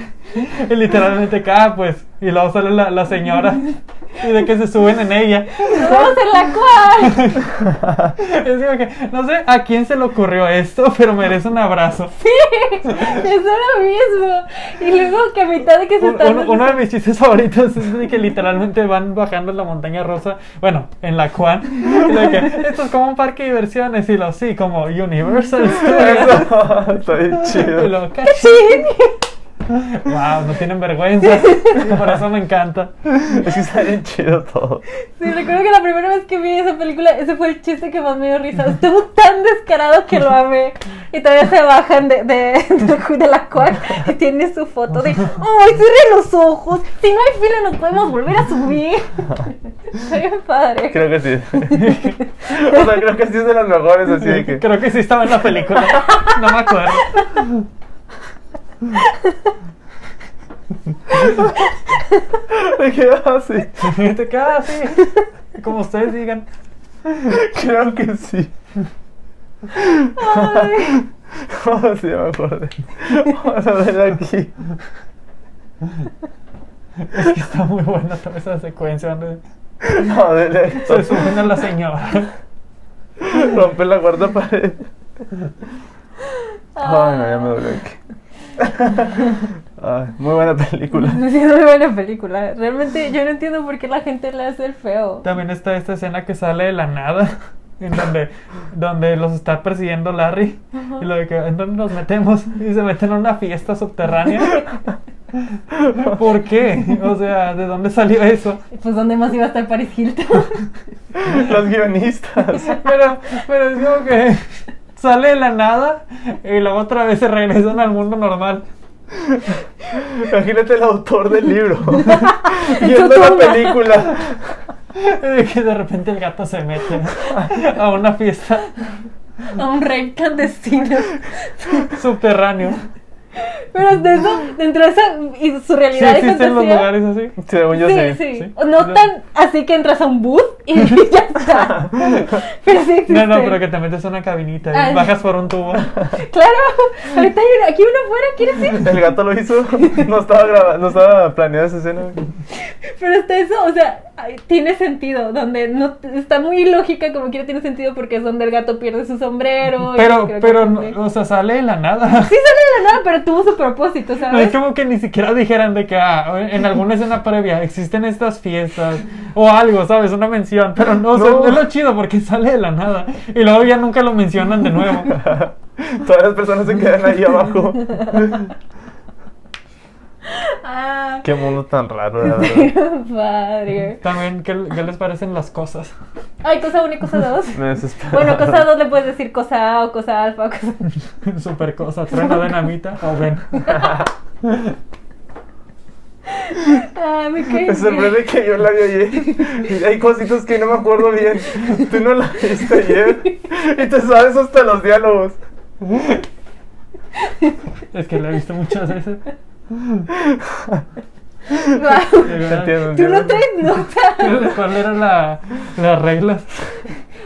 S3: Y literalmente, que, ah, pues. Y luego sale la, la señora y de que se suben en ella.
S2: Nos vamos en la Quan.
S3: Es como que, no sé a quién se le ocurrió esto, pero merece un abrazo.
S2: Es lo mismo. Y luego que a mitad de que se
S3: Un-
S2: están.
S3: uno, uno de mis chistes favoritos es de que literalmente van bajando la montaña rosa, bueno, en la Quan, y de que, esto es como un parque de diversiones, y lo, sí, como Universal Studios.
S1: Eso, está bien
S3: Y
S1: chido.
S3: lo, "Cachín". wow, no tienen vergüenza, y por eso me encanta.
S1: Es que está bien chido todo.
S2: Sí, recuerdo que la primera vez que vi esa película, ese fue el chiste que más me dio risa. Estuvo tan descarado que lo amé. Y todavía se bajan de, de, de- de la cual y tiene su foto de ¡Ay, cierren los ojos! Si no hay fila nos podemos volver a subir. Está bien padre.
S1: Creo que sí. O sea, creo que sí es de los mejores, así de que.
S3: Creo que sí estaba en la película, no me acuerdo.
S1: De que, ah, sí.
S3: Y te quedas así, como ustedes digan.
S1: Creo que sí.
S2: Ay.
S1: Oh, sí, ya me acordé. Vamos a ver aquí.
S3: Es que está muy buena toda esa secuencia donde
S1: No, dele. esto.
S3: se suben a la señora.
S1: Rompe la cuarta pared. Ay, no, ya me dolió aquí. Ay, muy buena película.
S2: Sí, es una buena película. Realmente yo no entiendo por qué la gente le hace el feo.
S3: También está esta escena que sale de la nada, en donde, donde los está persiguiendo Larry. Y lo de que, ¿en dónde nos metemos? Y se meten a una fiesta subterránea. ¿Por qué? O sea, ¿de dónde salió eso?
S2: Pues ¿dónde más iba a estar Paris Hilton?
S1: Los guionistas.
S3: Pero, pero es como que sale de la nada y luego otra vez se regresan al mundo normal.
S1: Imagínate el autor del libro.
S2: Su
S1: Viendo la
S2: tumba.
S1: película.
S3: Y de que de repente el gato se mete a una fiesta
S2: A un rey clandestino.
S3: subterráneo.
S2: Pero de eso, dentro de esa y su
S3: Sí
S2: realidad y
S3: existen los
S2: fantasía,
S3: lugares así.
S1: Según yo
S2: sí,
S1: sé.
S2: sí,
S3: sí.
S2: O No
S3: No.
S2: tan así que entras a un bus y ya está. Pero sí existe.
S3: No, no, pero que te metes a una cabinita y
S2: Ay.
S3: bajas por un tubo.
S2: Claro, ahorita hay una, aquí hay una afuera, ¿quieres ir?
S1: El gato lo hizo. No estaba, graba- no estaba planeada esa escena.
S2: Pero hasta eso, o sea, ay, tiene sentido. Donde no está muy ilógica, como quiera, tiene sentido porque es donde el gato pierde su sombrero. y
S3: Pero,
S2: creo que
S3: pero,
S2: también.
S3: no, o sea, sale de la nada.
S2: Sí sale de la nada, pero tuvo su propósito,
S3: No es
S2: ¿sabes?
S3: como que ni siquiera dijeran de que ah, en alguna escena previa existen estas fiestas o algo, ¿sabes? Una mención. Pero no, o sea,
S1: No.
S3: es lo chido porque sale de la nada. Y luego ya nunca lo mencionan de nuevo.
S1: Todas las personas se quedan ahí abajo.
S2: Ah,
S1: Qué mundo tan raro, la verdad.
S2: pero padre.
S3: También, ¿qué, qué les parecen las cosas?
S2: Ay, cosa una y cosa dos.
S1: Me desespero.
S2: Bueno, cosa 2 le puedes decir cosa A o cosa alfa o cosa...
S3: Super cosa, trueno, dinamita o ven.
S2: Ah, me cae
S1: Me sorprende
S2: bien.
S1: que yo la vi ayer. Y hay cositas que no me acuerdo bien. Tú no la viste ayer. Y te sabes hasta los diálogos.
S3: Es que lo he visto muchas veces.
S2: Guau.
S1: Entiendo,
S2: Tú
S1: entiendo.
S2: no traes nota.
S3: ¿Cuál eran la- las reglas?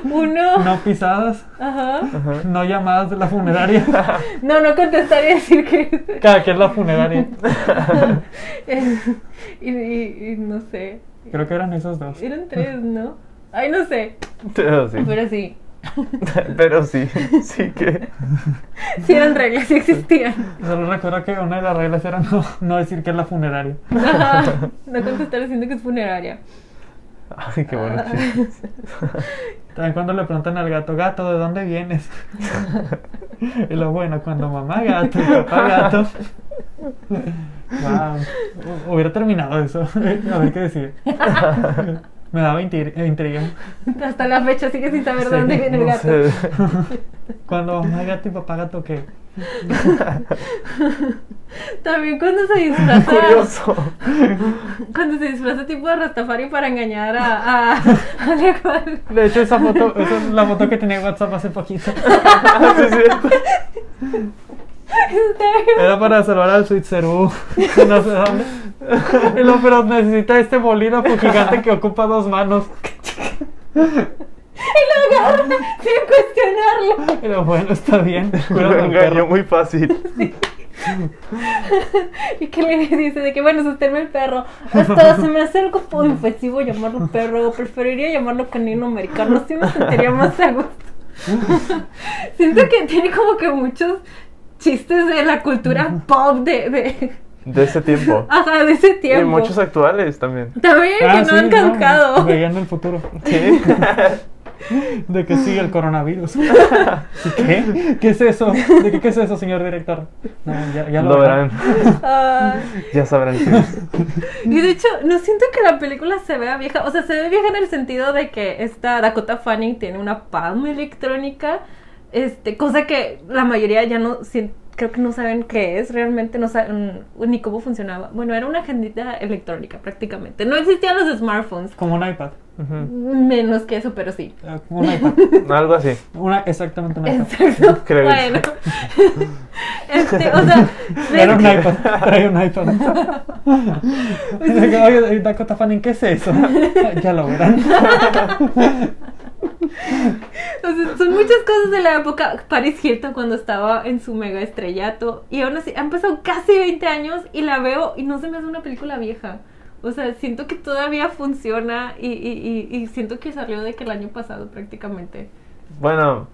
S2: Uno.
S3: No pisadas,
S2: Ajá.
S3: no llamadas de la funeraria.
S2: No, no contestar y decir que... Eh,
S3: Cada quien la funeraria.
S2: y, y- y no sé.
S3: Creo que eran esos dos.
S2: Eran tres, ¿no? Ay, no sé.
S1: Pero sí.
S2: Pero sí.
S1: Pero sí, sí que.
S2: Sí eran reglas, sí existían.
S3: Solo recuerdo que una de las reglas era no, no decir que es la funeraria.
S2: Ajá, No contestar diciendo que es funeraria.
S1: Ay, qué bueno. chiste.
S3: También cuando le preguntan al gato, gato, ¿de dónde vienes? y lo bueno, cuando mamá gato y papá gato. wow. Hubiera terminado eso. A ver qué decir. Me daba intir- eh, intriga.
S2: Hasta la fecha sigue sin saber
S3: Sí,
S2: de dónde viene el
S1: no
S2: gato.
S1: sé.
S3: Cuando mamá gato y papá gato, ¿qué?
S2: También cuando se disfraza.
S1: Curioso.
S2: Cuando se disfraza tipo de Rastafari para engañar a. a, a Leopold.
S3: De hecho, esa foto, esa es la foto que tenía en WhatsApp hace poquito.
S1: Ah, sí, es cierto.
S2: Está bien.
S3: Era para salvar al Suizerú. No sé dónde. Y lo, pero necesita este bolígrafo gigante que ocupa dos manos.
S2: Y lo agarra sin cuestionarlo.
S3: Y lo, bueno, está bien.
S1: Lo
S3: Cuídalo,
S1: engañó
S3: perro.
S1: muy fácil.
S2: Y que le dice de que bueno, sostenme el perro. Hasta se me hace algo poco ofensivo llamarlo perro. Preferiría llamarlo canino americano. Así me sentiría más a gusto. Siento que tiene como que muchos chistes de la cultura pop de. de
S1: De ese tiempo.
S2: ajá, de ese
S1: Y
S2: Ah, tiempo.
S1: muchos actuales también.
S2: También
S3: Ah,
S2: que no
S3: sí,
S2: han caducado.
S3: veían el futuro.
S1: Sí.
S3: De que sigue el coronavirus. ¿Y ¿Qué? ¿Qué es eso? ¿De qué, qué es eso, señor director? No, ya, ya
S1: Lo verán.
S2: Ah,
S1: Ya sabrán quién es.
S2: y de hecho, no siento que la película se vea vieja. O sea, se ve vieja en el sentido de que esta Dakota Fanning tiene una palma electrónica. Este, cosa que la mayoría ya no sien- creo que no saben qué es realmente, no saben ni cómo funcionaba. Bueno, era una agendita electrónica prácticamente. No existían los smartphones.
S3: Como un iPad.
S1: Ujú.
S2: Menos que eso, pero sí.
S3: Eh, Como un iPad.
S1: Algo así.
S3: Una, exactamente un iPad.
S2: Exacto.
S1: Creo.
S2: Bueno. Este, o sea,
S3: Era un
S2: de-
S3: iPad. Trae un iPad. Oye, Dakota Fanning, ¿qué es eso? Ya lo verán.
S2: O sea, son muchas cosas de la época. Paris Hilton cuando estaba en su mega estrellato. Y aún así, han pasado casi 20 años y la veo y no se me hace una película vieja. O sea, siento que todavía funciona y, y- y- y siento que salió de que el año pasado prácticamente.
S1: Bueno.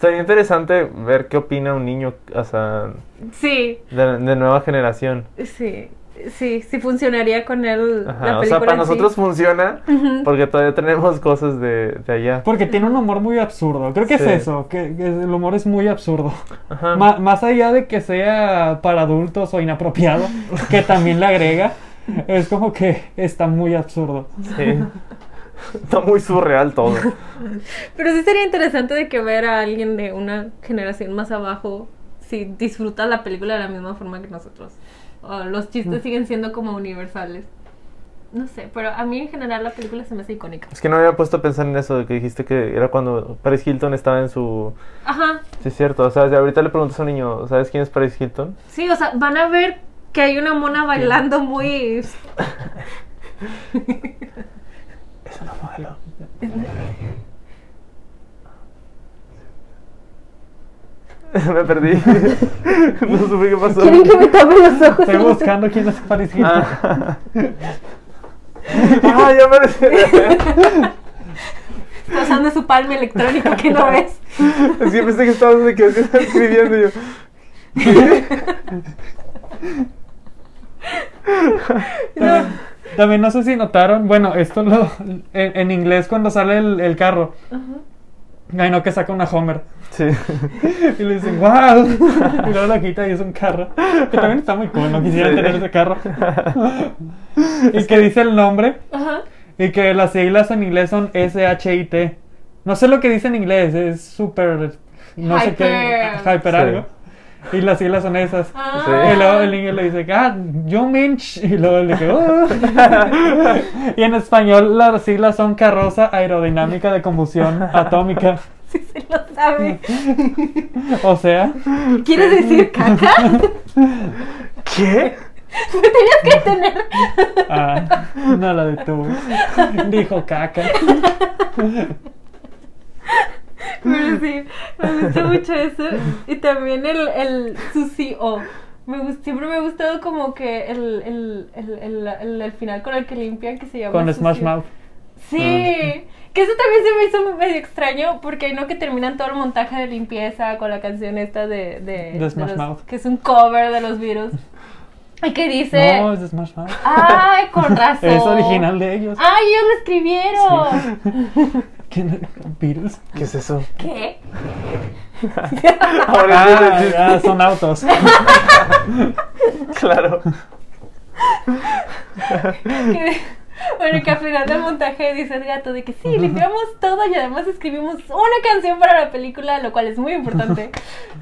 S1: Sería interesante ver qué opina un niño o sea,
S2: Sí,
S1: de, de nueva generación.
S2: sí, sí, sí funcionaría con él.
S1: Ajá,
S2: la
S1: o sea,
S2: película
S1: para
S2: en sí.
S1: nosotros funciona
S2: Ujú.
S1: porque todavía tenemos cosas de, de allá.
S3: Porque tiene un humor muy absurdo. Creo que
S1: Sí.
S3: es eso, que, que el humor es muy absurdo.
S1: Ajá.
S3: Ma- más allá de que sea para adultos o inapropiado, que también le agrega, es como que está muy absurdo.
S1: Sí. Está muy surreal todo.
S2: Pero sí sería interesante de que ver a alguien de una generación más abajo si disfruta la película de la misma forma que nosotros. O los
S1: Mm.
S2: chistes siguen siendo como universales. No sé, pero a mí en general la película se me hace icónica.
S1: Es que no me había puesto a pensar en eso de que dijiste que era cuando Paris Hilton estaba en su...
S2: Ajá,
S1: Sí, es cierto. O sea, si ahorita le preguntas a un niño, ¿sabes quién es Paris Hilton?
S2: sí, o sea, van a ver que hay una mona bailando muy...
S1: Es una modelo. me perdí. no supe qué pasó.
S2: me tape los ojos?
S3: Estoy buscando quién es Paris Hilton.
S1: Ah. Ah, ya me...
S2: Está usando su palma electrónica que no ves.
S1: Es que pensé que estabas de que estabas escribiendo y yo.
S2: No.
S3: También no sé si notaron, bueno, esto lo en, en inglés cuando sale el, el carro. Ay, no, que saca una Homer.
S1: Sí.
S3: Y le dicen, wow. Y luego lo quita y es un carro. Que también está muy cool, no quisiera
S1: Sí.
S3: tener ese carro. Y que dice el nombre
S2: Ajá.
S3: y que las siglas en inglés son S-H-I-T. No sé lo que dice en inglés, es súper. No sé qué.
S2: Hyper.
S3: Hyper
S1: Sí.
S3: algo. Y las siglas son esas.
S2: Ah.
S3: Y luego el niño le dice, ah, yo minch. Y luego le dice, "Oh". Y en español las siglas son carroza aerodinámica de combustión atómica.
S2: Sí se lo sabe.
S3: O sea,
S2: ¿Quieres decir caca?
S1: ¿Qué?
S2: Me tenías que tener.
S3: ah, no la detuve. Dijo caca.
S2: Pero sí, me gusta mucho eso. Y también el, el sushi o. Me gus- siempre me ha gustado como que el, el, el, el, el- el final con el que limpian que se llama.
S3: Con Smash Ah.
S2: Sushi-O.
S3: Mouth.
S2: Sí. Que eso también se me hizo medio extraño porque no que terminan todo el montaje de limpieza con la canción esta de... De,
S3: De Smash
S2: los-
S3: Mouth.
S2: Que es un cover de los virus. Y que dice...
S3: No, es de Smash Mouth.
S2: Ay, con razón.
S3: Es original de ellos.
S2: Ay, ellos lo escribieron.
S3: ¿Quién Beatles?
S1: ¿Qué es eso?
S2: ¿Qué?
S1: Ahora
S3: Ah,
S1: entiendo,
S3: ya, son autos.
S1: claro.
S2: Que- Bueno, que al final del montaje dice el gato de que sí, limpiamos todo y además escribimos una canción para la película, lo cual es muy importante.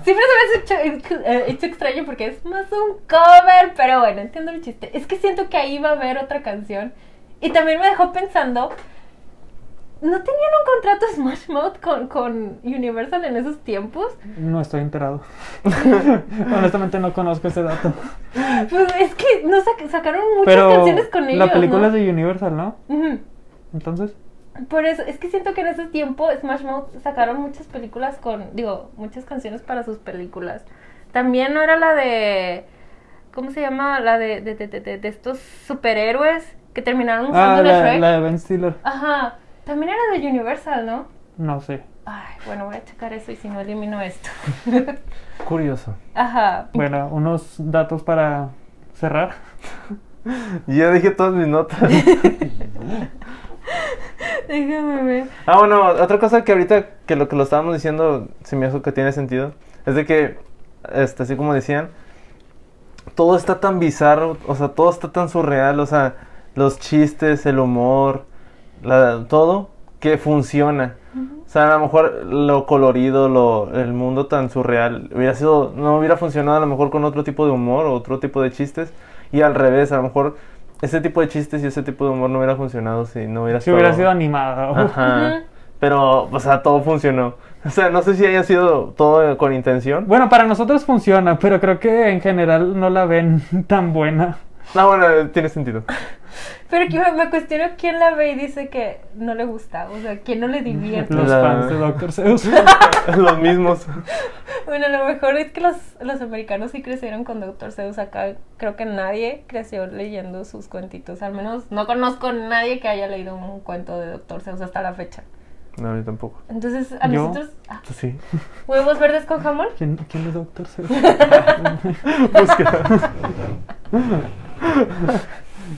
S2: Siempre se me ha hecho, eh, hecho extraño porque es más un cover, pero bueno, entiendo el chiste. Es que siento que ahí va a haber otra canción. Y también me dejó pensando, ¿no tenían un contrato Smash Mouth con, con Universal en esos tiempos?
S3: No estoy enterado. Honestamente no conozco ese dato.
S2: Pues es que no sac- sacaron muchas
S3: Pero
S2: canciones con ellos.
S3: la película
S2: ¿no?
S3: es de Universal, ¿no?
S2: Ujú.
S3: Entonces,
S2: Por eso, es que siento que en ese tiempo Smash Mouth sacaron muchas películas con, digo, muchas canciones para sus películas. También no era la de, ¿cómo se llama? La de, de, de, de- de- de estos superhéroes que terminaron usando la
S3: ah, la,
S2: Shrek.
S3: la de Ben Stiller.
S2: Ajá, también era de Universal, ¿no?
S3: No sé.
S2: Ay, bueno, voy a checar eso y si no elimino esto.
S1: Curioso.
S2: Ajá.
S3: Bueno, unos datos para cerrar.
S1: Ya dije todas mis notas.
S2: Déjame ver.
S1: Ah, bueno, otra cosa que ahorita que lo que lo estábamos diciendo se me hace que tiene sentido es de que, este, así como decían, todo está tan bizarro, o sea, todo está tan surreal, o sea, los chistes, el humor, la- todo, que funciona. O sea, a lo mejor lo colorido, lo, el mundo tan surreal, hubiera sido, no hubiera funcionado a lo mejor con otro tipo de humor o otro tipo de chistes, y al revés, a lo mejor ese tipo de chistes y ese tipo de humor no hubiera funcionado si no hubiera
S3: Si hubiera
S1: estado-
S3: sido animada. Ah.
S1: Ajá.
S2: Ujú.
S1: Pero, o sea, todo funcionó. O sea, no sé si haya sido todo con intención.
S3: Bueno, para nosotros funciona, pero creo que en general no la ven tan buena.
S1: No, bueno, tiene sentido.
S2: Pero que me, me cuestiono quién la ve y dice que no le gusta, o sea, quién no le divierte.
S3: Los
S1: La-
S3: fans de Doctor Seuss.
S1: Los mismos.
S2: Bueno, a lo mejor es que los, los americanos sí crecieron con Doctor Seuss acá. Creo que nadie creció leyendo sus cuentitos. Al menos no conozco a nadie que haya leído un cuento de Doctor Seuss hasta la fecha.
S1: No, yo tampoco.
S2: Entonces, a
S3: ¿Yo?
S2: nosotros... ah,
S1: Pues sí.
S2: ¿Huevos verdes con jamón?
S3: ¿Quién, quién es Doctor Seuss?
S1: Busca.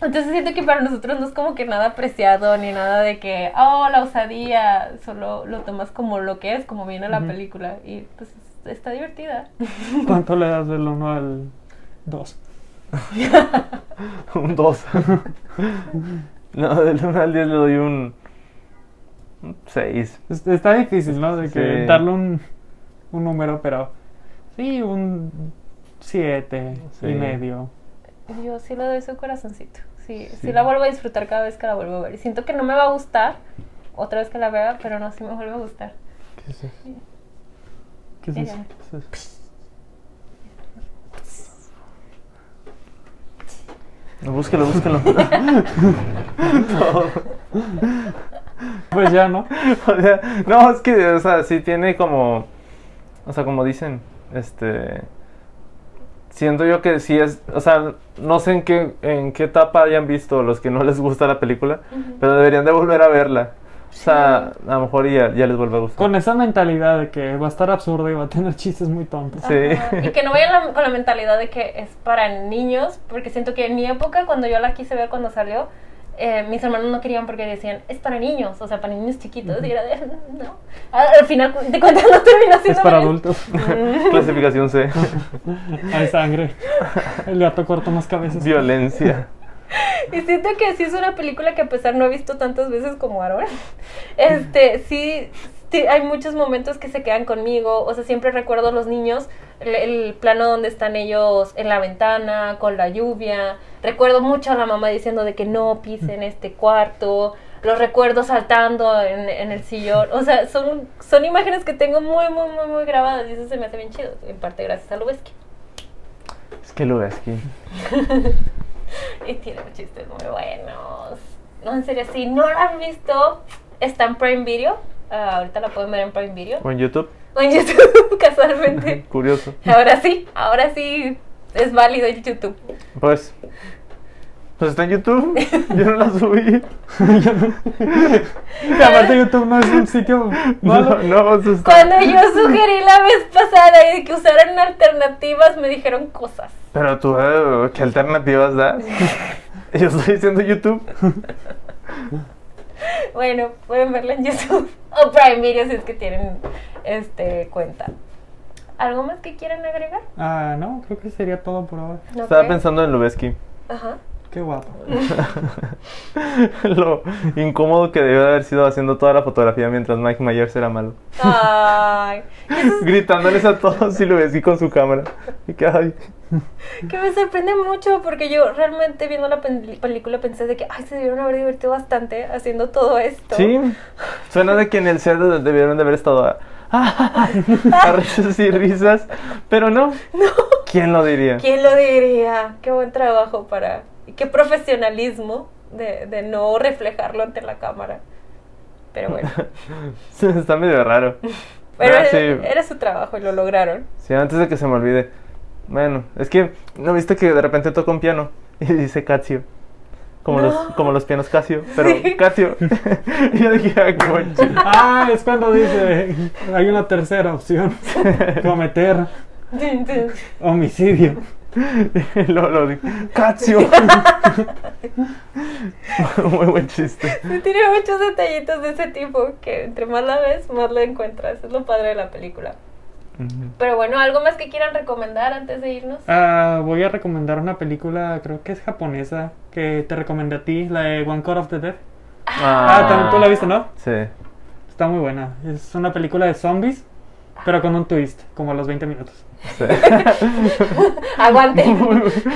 S2: Entonces siento que para nosotros no es como que nada apreciado ni nada de que, oh, la osadía. Solo lo tomas como lo que es, como viene la
S3: Ujú.
S2: película. Y pues está divertida.
S3: ¿Cuánto le das del 1 al 2?
S1: Un 2. No, del 1 al 10 le doy un 6.
S3: Pues, Está difícil, ¿no? De que
S1: Sí.
S3: darle un, un número, pero sí, un 7
S1: Sí.
S3: y medio.
S2: Yo sí le doy su corazoncito. Sí, sí,
S1: Sí.
S2: la vuelvo a disfrutar cada vez que la vuelvo a ver. Siento que no me va a gustar otra vez que la vea, pero no, sí me vuelve a gustar.
S1: ¿Qué es eso?
S3: ¿Qué es
S2: Mira.
S3: eso?
S1: ¿Qué es eso? No, búsquelo, búsquelo. No.
S3: Pues ya, ¿no?
S1: O sea, no, es que, o sea, sí tiene como. O sea, como dicen, este. Siento yo que sí es. O sea, no sé en qué, en qué etapa hayan visto los que no les gusta la película, pero deberían de volver a verla. O sea, a lo mejor ya, ya les vuelve a gustar.
S3: Con esa mentalidad de que va a estar absurdo y va a tener chistes muy tontos.
S1: Sí.
S2: Ajá, Y que no vayan la- con la mentalidad de que es para niños, porque siento que en mi época, cuando yo la quise ver cuando salió, eh, mis hermanos no querían porque decían, es para niños, o sea, para niños chiquitos. Y era de, no. Al al final de cuentas no terminó siendo
S3: Es para
S2: niños.
S3: adultos.
S1: Clasificación C.
S3: Hay sangre. El gato corta más cabezas.
S1: Violencia.
S2: Y siento que sí es una película que a pesar no he visto tantas veces como Aaron, este, sí, sí, hay muchos momentos que se quedan conmigo, o sea, siempre recuerdo a los niños, el, el plano donde están ellos en la ventana, con la lluvia, recuerdo mucho a la mamá diciendo de que no pisen este cuarto, los recuerdo saltando en, en el sillón, o sea, son, son imágenes que tengo muy, muy, muy, muy grabadas y eso se me hace bien chido, en parte gracias a Lubeski.
S1: Es que lo ves aquí.
S2: Y tiene chistes muy buenos. No, en serio, si no la han visto, está en Prime Video. Ah, ahorita la pueden ver en Prime Video.
S1: O en YouTube.
S2: O en YouTube, casualmente.
S1: Curioso.
S2: Ahora sí, ahora sí es válido el YouTube.
S1: Pues, Pues está en YouTube. Yo no la subí.
S3: Yo no- Y aparte YouTube no es un sitio malo.
S1: No, no, eso está-
S2: Cuando yo sugerí la vez pasada y que usaran alternativas, me dijeron cosas.
S1: Pero tú, eh, ¿qué alternativas das? Yo estoy diciendo YouTube.
S2: Bueno, pueden verla en YouTube o Prime Video si es que tienen este cuenta. ¿Algo más que quieran agregar?
S3: Ah, no, creo que sería todo por ahora.
S2: ¿No
S1: Estaba
S2: creen?
S1: pensando en Lubeski.
S2: Ajá.
S3: Qué guapo.
S1: Lo incómodo que debió de haber sido haciendo toda la fotografía mientras Mike Myers era malo.
S2: Ay,
S1: Gritándoles a todos y Lubeski con su cámara. Y que, ay,
S2: que me sorprende mucho porque yo realmente viendo la pel- película pensé de que ay, se debieron haber divertido bastante haciendo todo esto.
S1: Sí, suena de que en el set debieron de haber estado a, a risas y risas, pero no. ¿Quién lo diría?
S2: ¿Quién lo diría? Qué buen trabajo para... y qué profesionalismo de, de no reflejarlo ante la cámara. Pero bueno,
S1: Está medio raro.
S2: Pero
S1: Ah,
S2: era,
S1: sí.
S2: era su trabajo y lo lograron.
S1: Sí, antes de que se me olvide. Bueno, es que no viste que de repente toca un piano y dice Casio. Como,
S2: No.
S1: los, como los pianos Casio, pero
S2: Sí.
S1: Casio. y yo dije, ah, concha.
S3: Ah, es cuando dice, hay una tercera opción, cometer homicidio.
S1: lo, lo dije, Casio. Muy buen chiste.
S2: Sí, Tiene muchos detallitos de ese tipo que entre más la ves, más la encuentras. Es lo padre de la película.
S1: Ujú.
S2: Pero bueno, ¿algo más que quieran recomendar antes de irnos?
S3: Ah, voy a recomendar una película, creo que es japonesa, que te recomendé a ti, la de One Cut of the Dead. Ah, también tú la viste, ¿no?
S1: Sí.
S3: Está muy buena. Es una película de zombies, pero con un twist, como a los 20 minutos.
S1: Sí.
S2: Aguanten.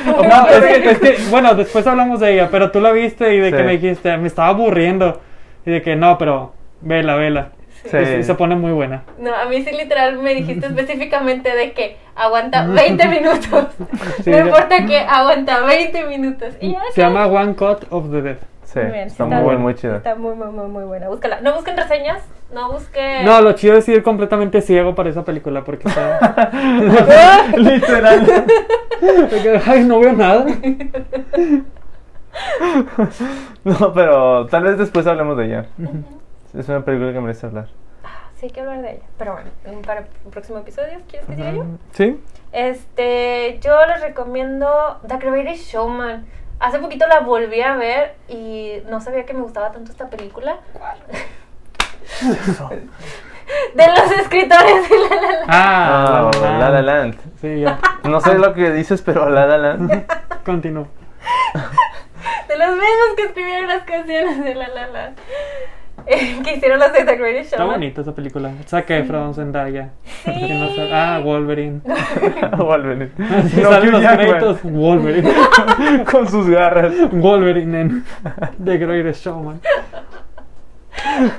S3: No, es que, es que, bueno, después hablamos de ella, pero tú la viste y de
S1: Sí.
S3: que me dijiste, me estaba aburriendo. Y de que no, pero vela, vela.
S1: Sí.
S3: Y, se- y se pone muy buena.
S2: No, a mí sí literal me dijiste específicamente de que aguanta 20 minutos.
S3: Sí,
S2: no
S3: ya.
S2: importa que aguanta 20 minutos. Y ya,
S3: Se
S2: ok.
S3: llama One Cut of the Dead.
S1: Sí,
S2: Muy bien, sí,
S1: está muy,
S2: bien.
S1: buen, muy chida.
S2: Está muy, muy, muy, muy buena. Búscala. No busquen reseñas, no busquen...
S3: No, lo chido es ir completamente ciego para esa película porque está...
S1: Literal.
S3: de que, Ay, no veo nada.
S1: No, pero tal vez después hablemos de ella. Es una película que merece hablar.
S2: Sí, hay que hablar de ella. Pero bueno, mm, para un próximo episodio, ¿quieres que diga yo?
S1: ¿Sí?
S2: Este, yo les recomiendo The Greatest Showman. Hace poquito la volví a ver y no sabía que me gustaba tanto esta película. ¿Cuál? de los escritores de La La Land.
S3: Ah,
S1: Ah, La La Land.
S3: Sí, ya.
S1: No
S3: Ah.
S1: sé lo que dices, pero La La Land.
S3: Continúo.
S2: De los mismos que escribieron las canciones de La La Land. Eh, que hicieron las de The Greatest
S3: Está
S2: Showman.
S3: bonita esa película. Zac Efron, Zendaya. ¿Quién más sale? Ah, Wolverine.
S1: Wolverine.
S3: Así
S1: Ah, No,
S3: salen
S1: Hugh
S3: los
S1: Jackman.
S3: créditos. Wolverine.
S1: Con sus garras.
S3: Wolverine en The Greatest Showman.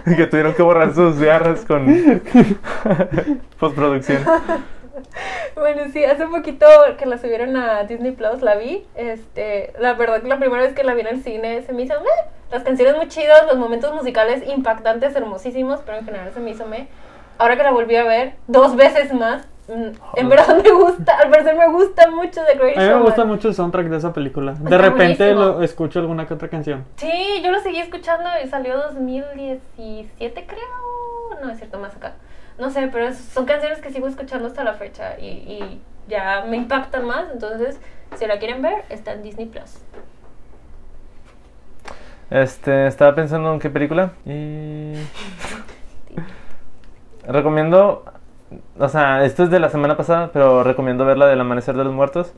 S1: Que tuvieron que borrar sus garras con postproducción.
S2: Bueno, sí, hace poquito que la subieron a Disney Plus, la vi. Este, la verdad que la primera vez que la vi en el cine se me hizo meh. Las canciones muy chidas, los momentos musicales impactantes, hermosísimos, pero en general se me hizo meh. Ahora que la volví a ver dos veces más, mm, en verdad me gusta, al parecer me gusta mucho The Great
S3: A mí me
S2: Showman.
S3: gusta mucho el soundtrack de esa película. De
S2: Está
S3: repente
S2: buenísimo.
S3: lo escucho alguna que otra canción.
S2: Sí, yo lo seguí escuchando y salió 2017 creo, no es cierto, más acá. No sé, pero es- son canciones que sigo escuchando hasta la fecha y, y ya me impactan más, entonces si la quieren ver está en Disney Plus.
S1: Este, estaba pensando en qué película. Y. Recomiendo. O sea, esto es de la semana pasada, pero recomiendo verla del Amanecer de los Muertos.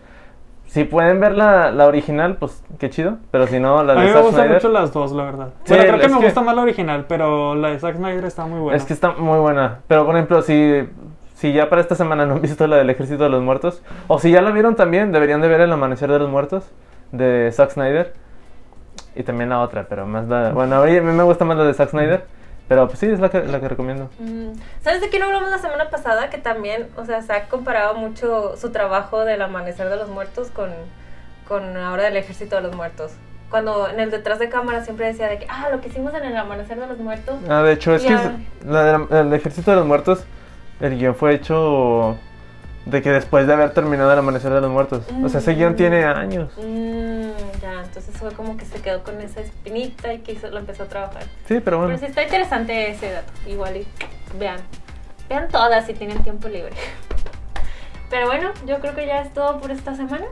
S1: Si pueden ver la, la original, pues qué chido. Pero si no, la
S3: A mí
S1: de
S3: me
S1: Zack
S3: gustan
S1: Snyder.
S3: mucho las dos, la verdad.
S1: Sí,
S3: bueno, creo que
S1: es
S3: me
S1: que-
S3: gusta más la original, pero la de Zack Snyder está muy buena.
S1: Es que está muy buena. Pero por ejemplo, si, si ya para esta semana no han visto la del Ejército de los Muertos, o si ya la vieron también, deberían de ver El Amanecer de los Muertos de Zack Snyder. Y también la otra, pero más la. Bueno, a mí a mí me gusta más la de Zack Snyder. Pero pues sí, es la que, la que recomiendo.
S2: Mm, ¿Sabes de quién hablamos la semana pasada? Que también, o sea, se ha comparado mucho su trabajo del Amanecer de los Muertos con, con ahora del Ejército de los Muertos. Cuando en el detrás de cámara siempre decía de que, ah, lo que hicimos en el Amanecer de los Muertos.
S1: Ah, de hecho, es
S2: Y
S1: que
S2: ahora-
S1: es- la del- el Ejército de los Muertos, el guión fue hecho de que después de haber terminado El Amanecer de los Muertos. O sea, ese guión tiene años.
S2: Mm, ya, Entonces fue como que se quedó con esa espinita y quiso, lo empezó a trabajar.
S1: Sí, pero bueno.
S2: Pero sí está interesante ese dato. Igual y vean. Vean todas si tienen tiempo libre. Pero bueno, yo creo que ya es todo por esta semana.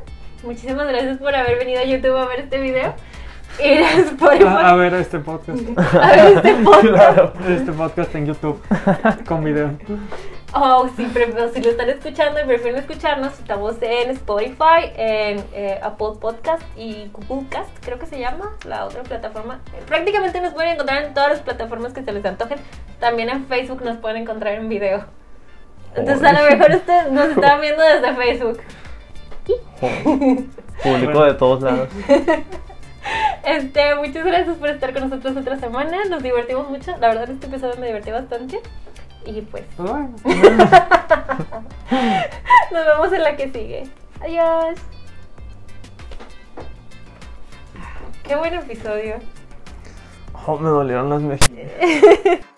S2: Muchísimas gracias por haber venido a YouTube a ver este video. Y a Spotify.
S3: A, a ver este podcast.
S2: a ver este podcast.
S1: Claro.
S3: Este podcast en YouTube con video.
S2: O si, pre- o Oh, si lo están escuchando y prefieren escucharnos, estamos en Spotify, en eh, Apple Podcast y Google Cast, creo que se llama, la otra plataforma. Prácticamente nos pueden encontrar en todas las plataformas que se les antojen. También en Facebook nos pueden encontrar en video. Entonces a lo
S1: Joder.
S2: mejor ustedes nos están viendo desde Facebook.
S1: Público de todos lados.
S2: Este, muchas gracias por estar con nosotros otra semana. Nos divertimos mucho. La verdad este episodio me divertí bastante. Y pues
S3: Pues bueno.
S2: nos vemos en la que sigue. Adiós. Qué buen episodio.
S1: Oh, me dolieron las mejillas.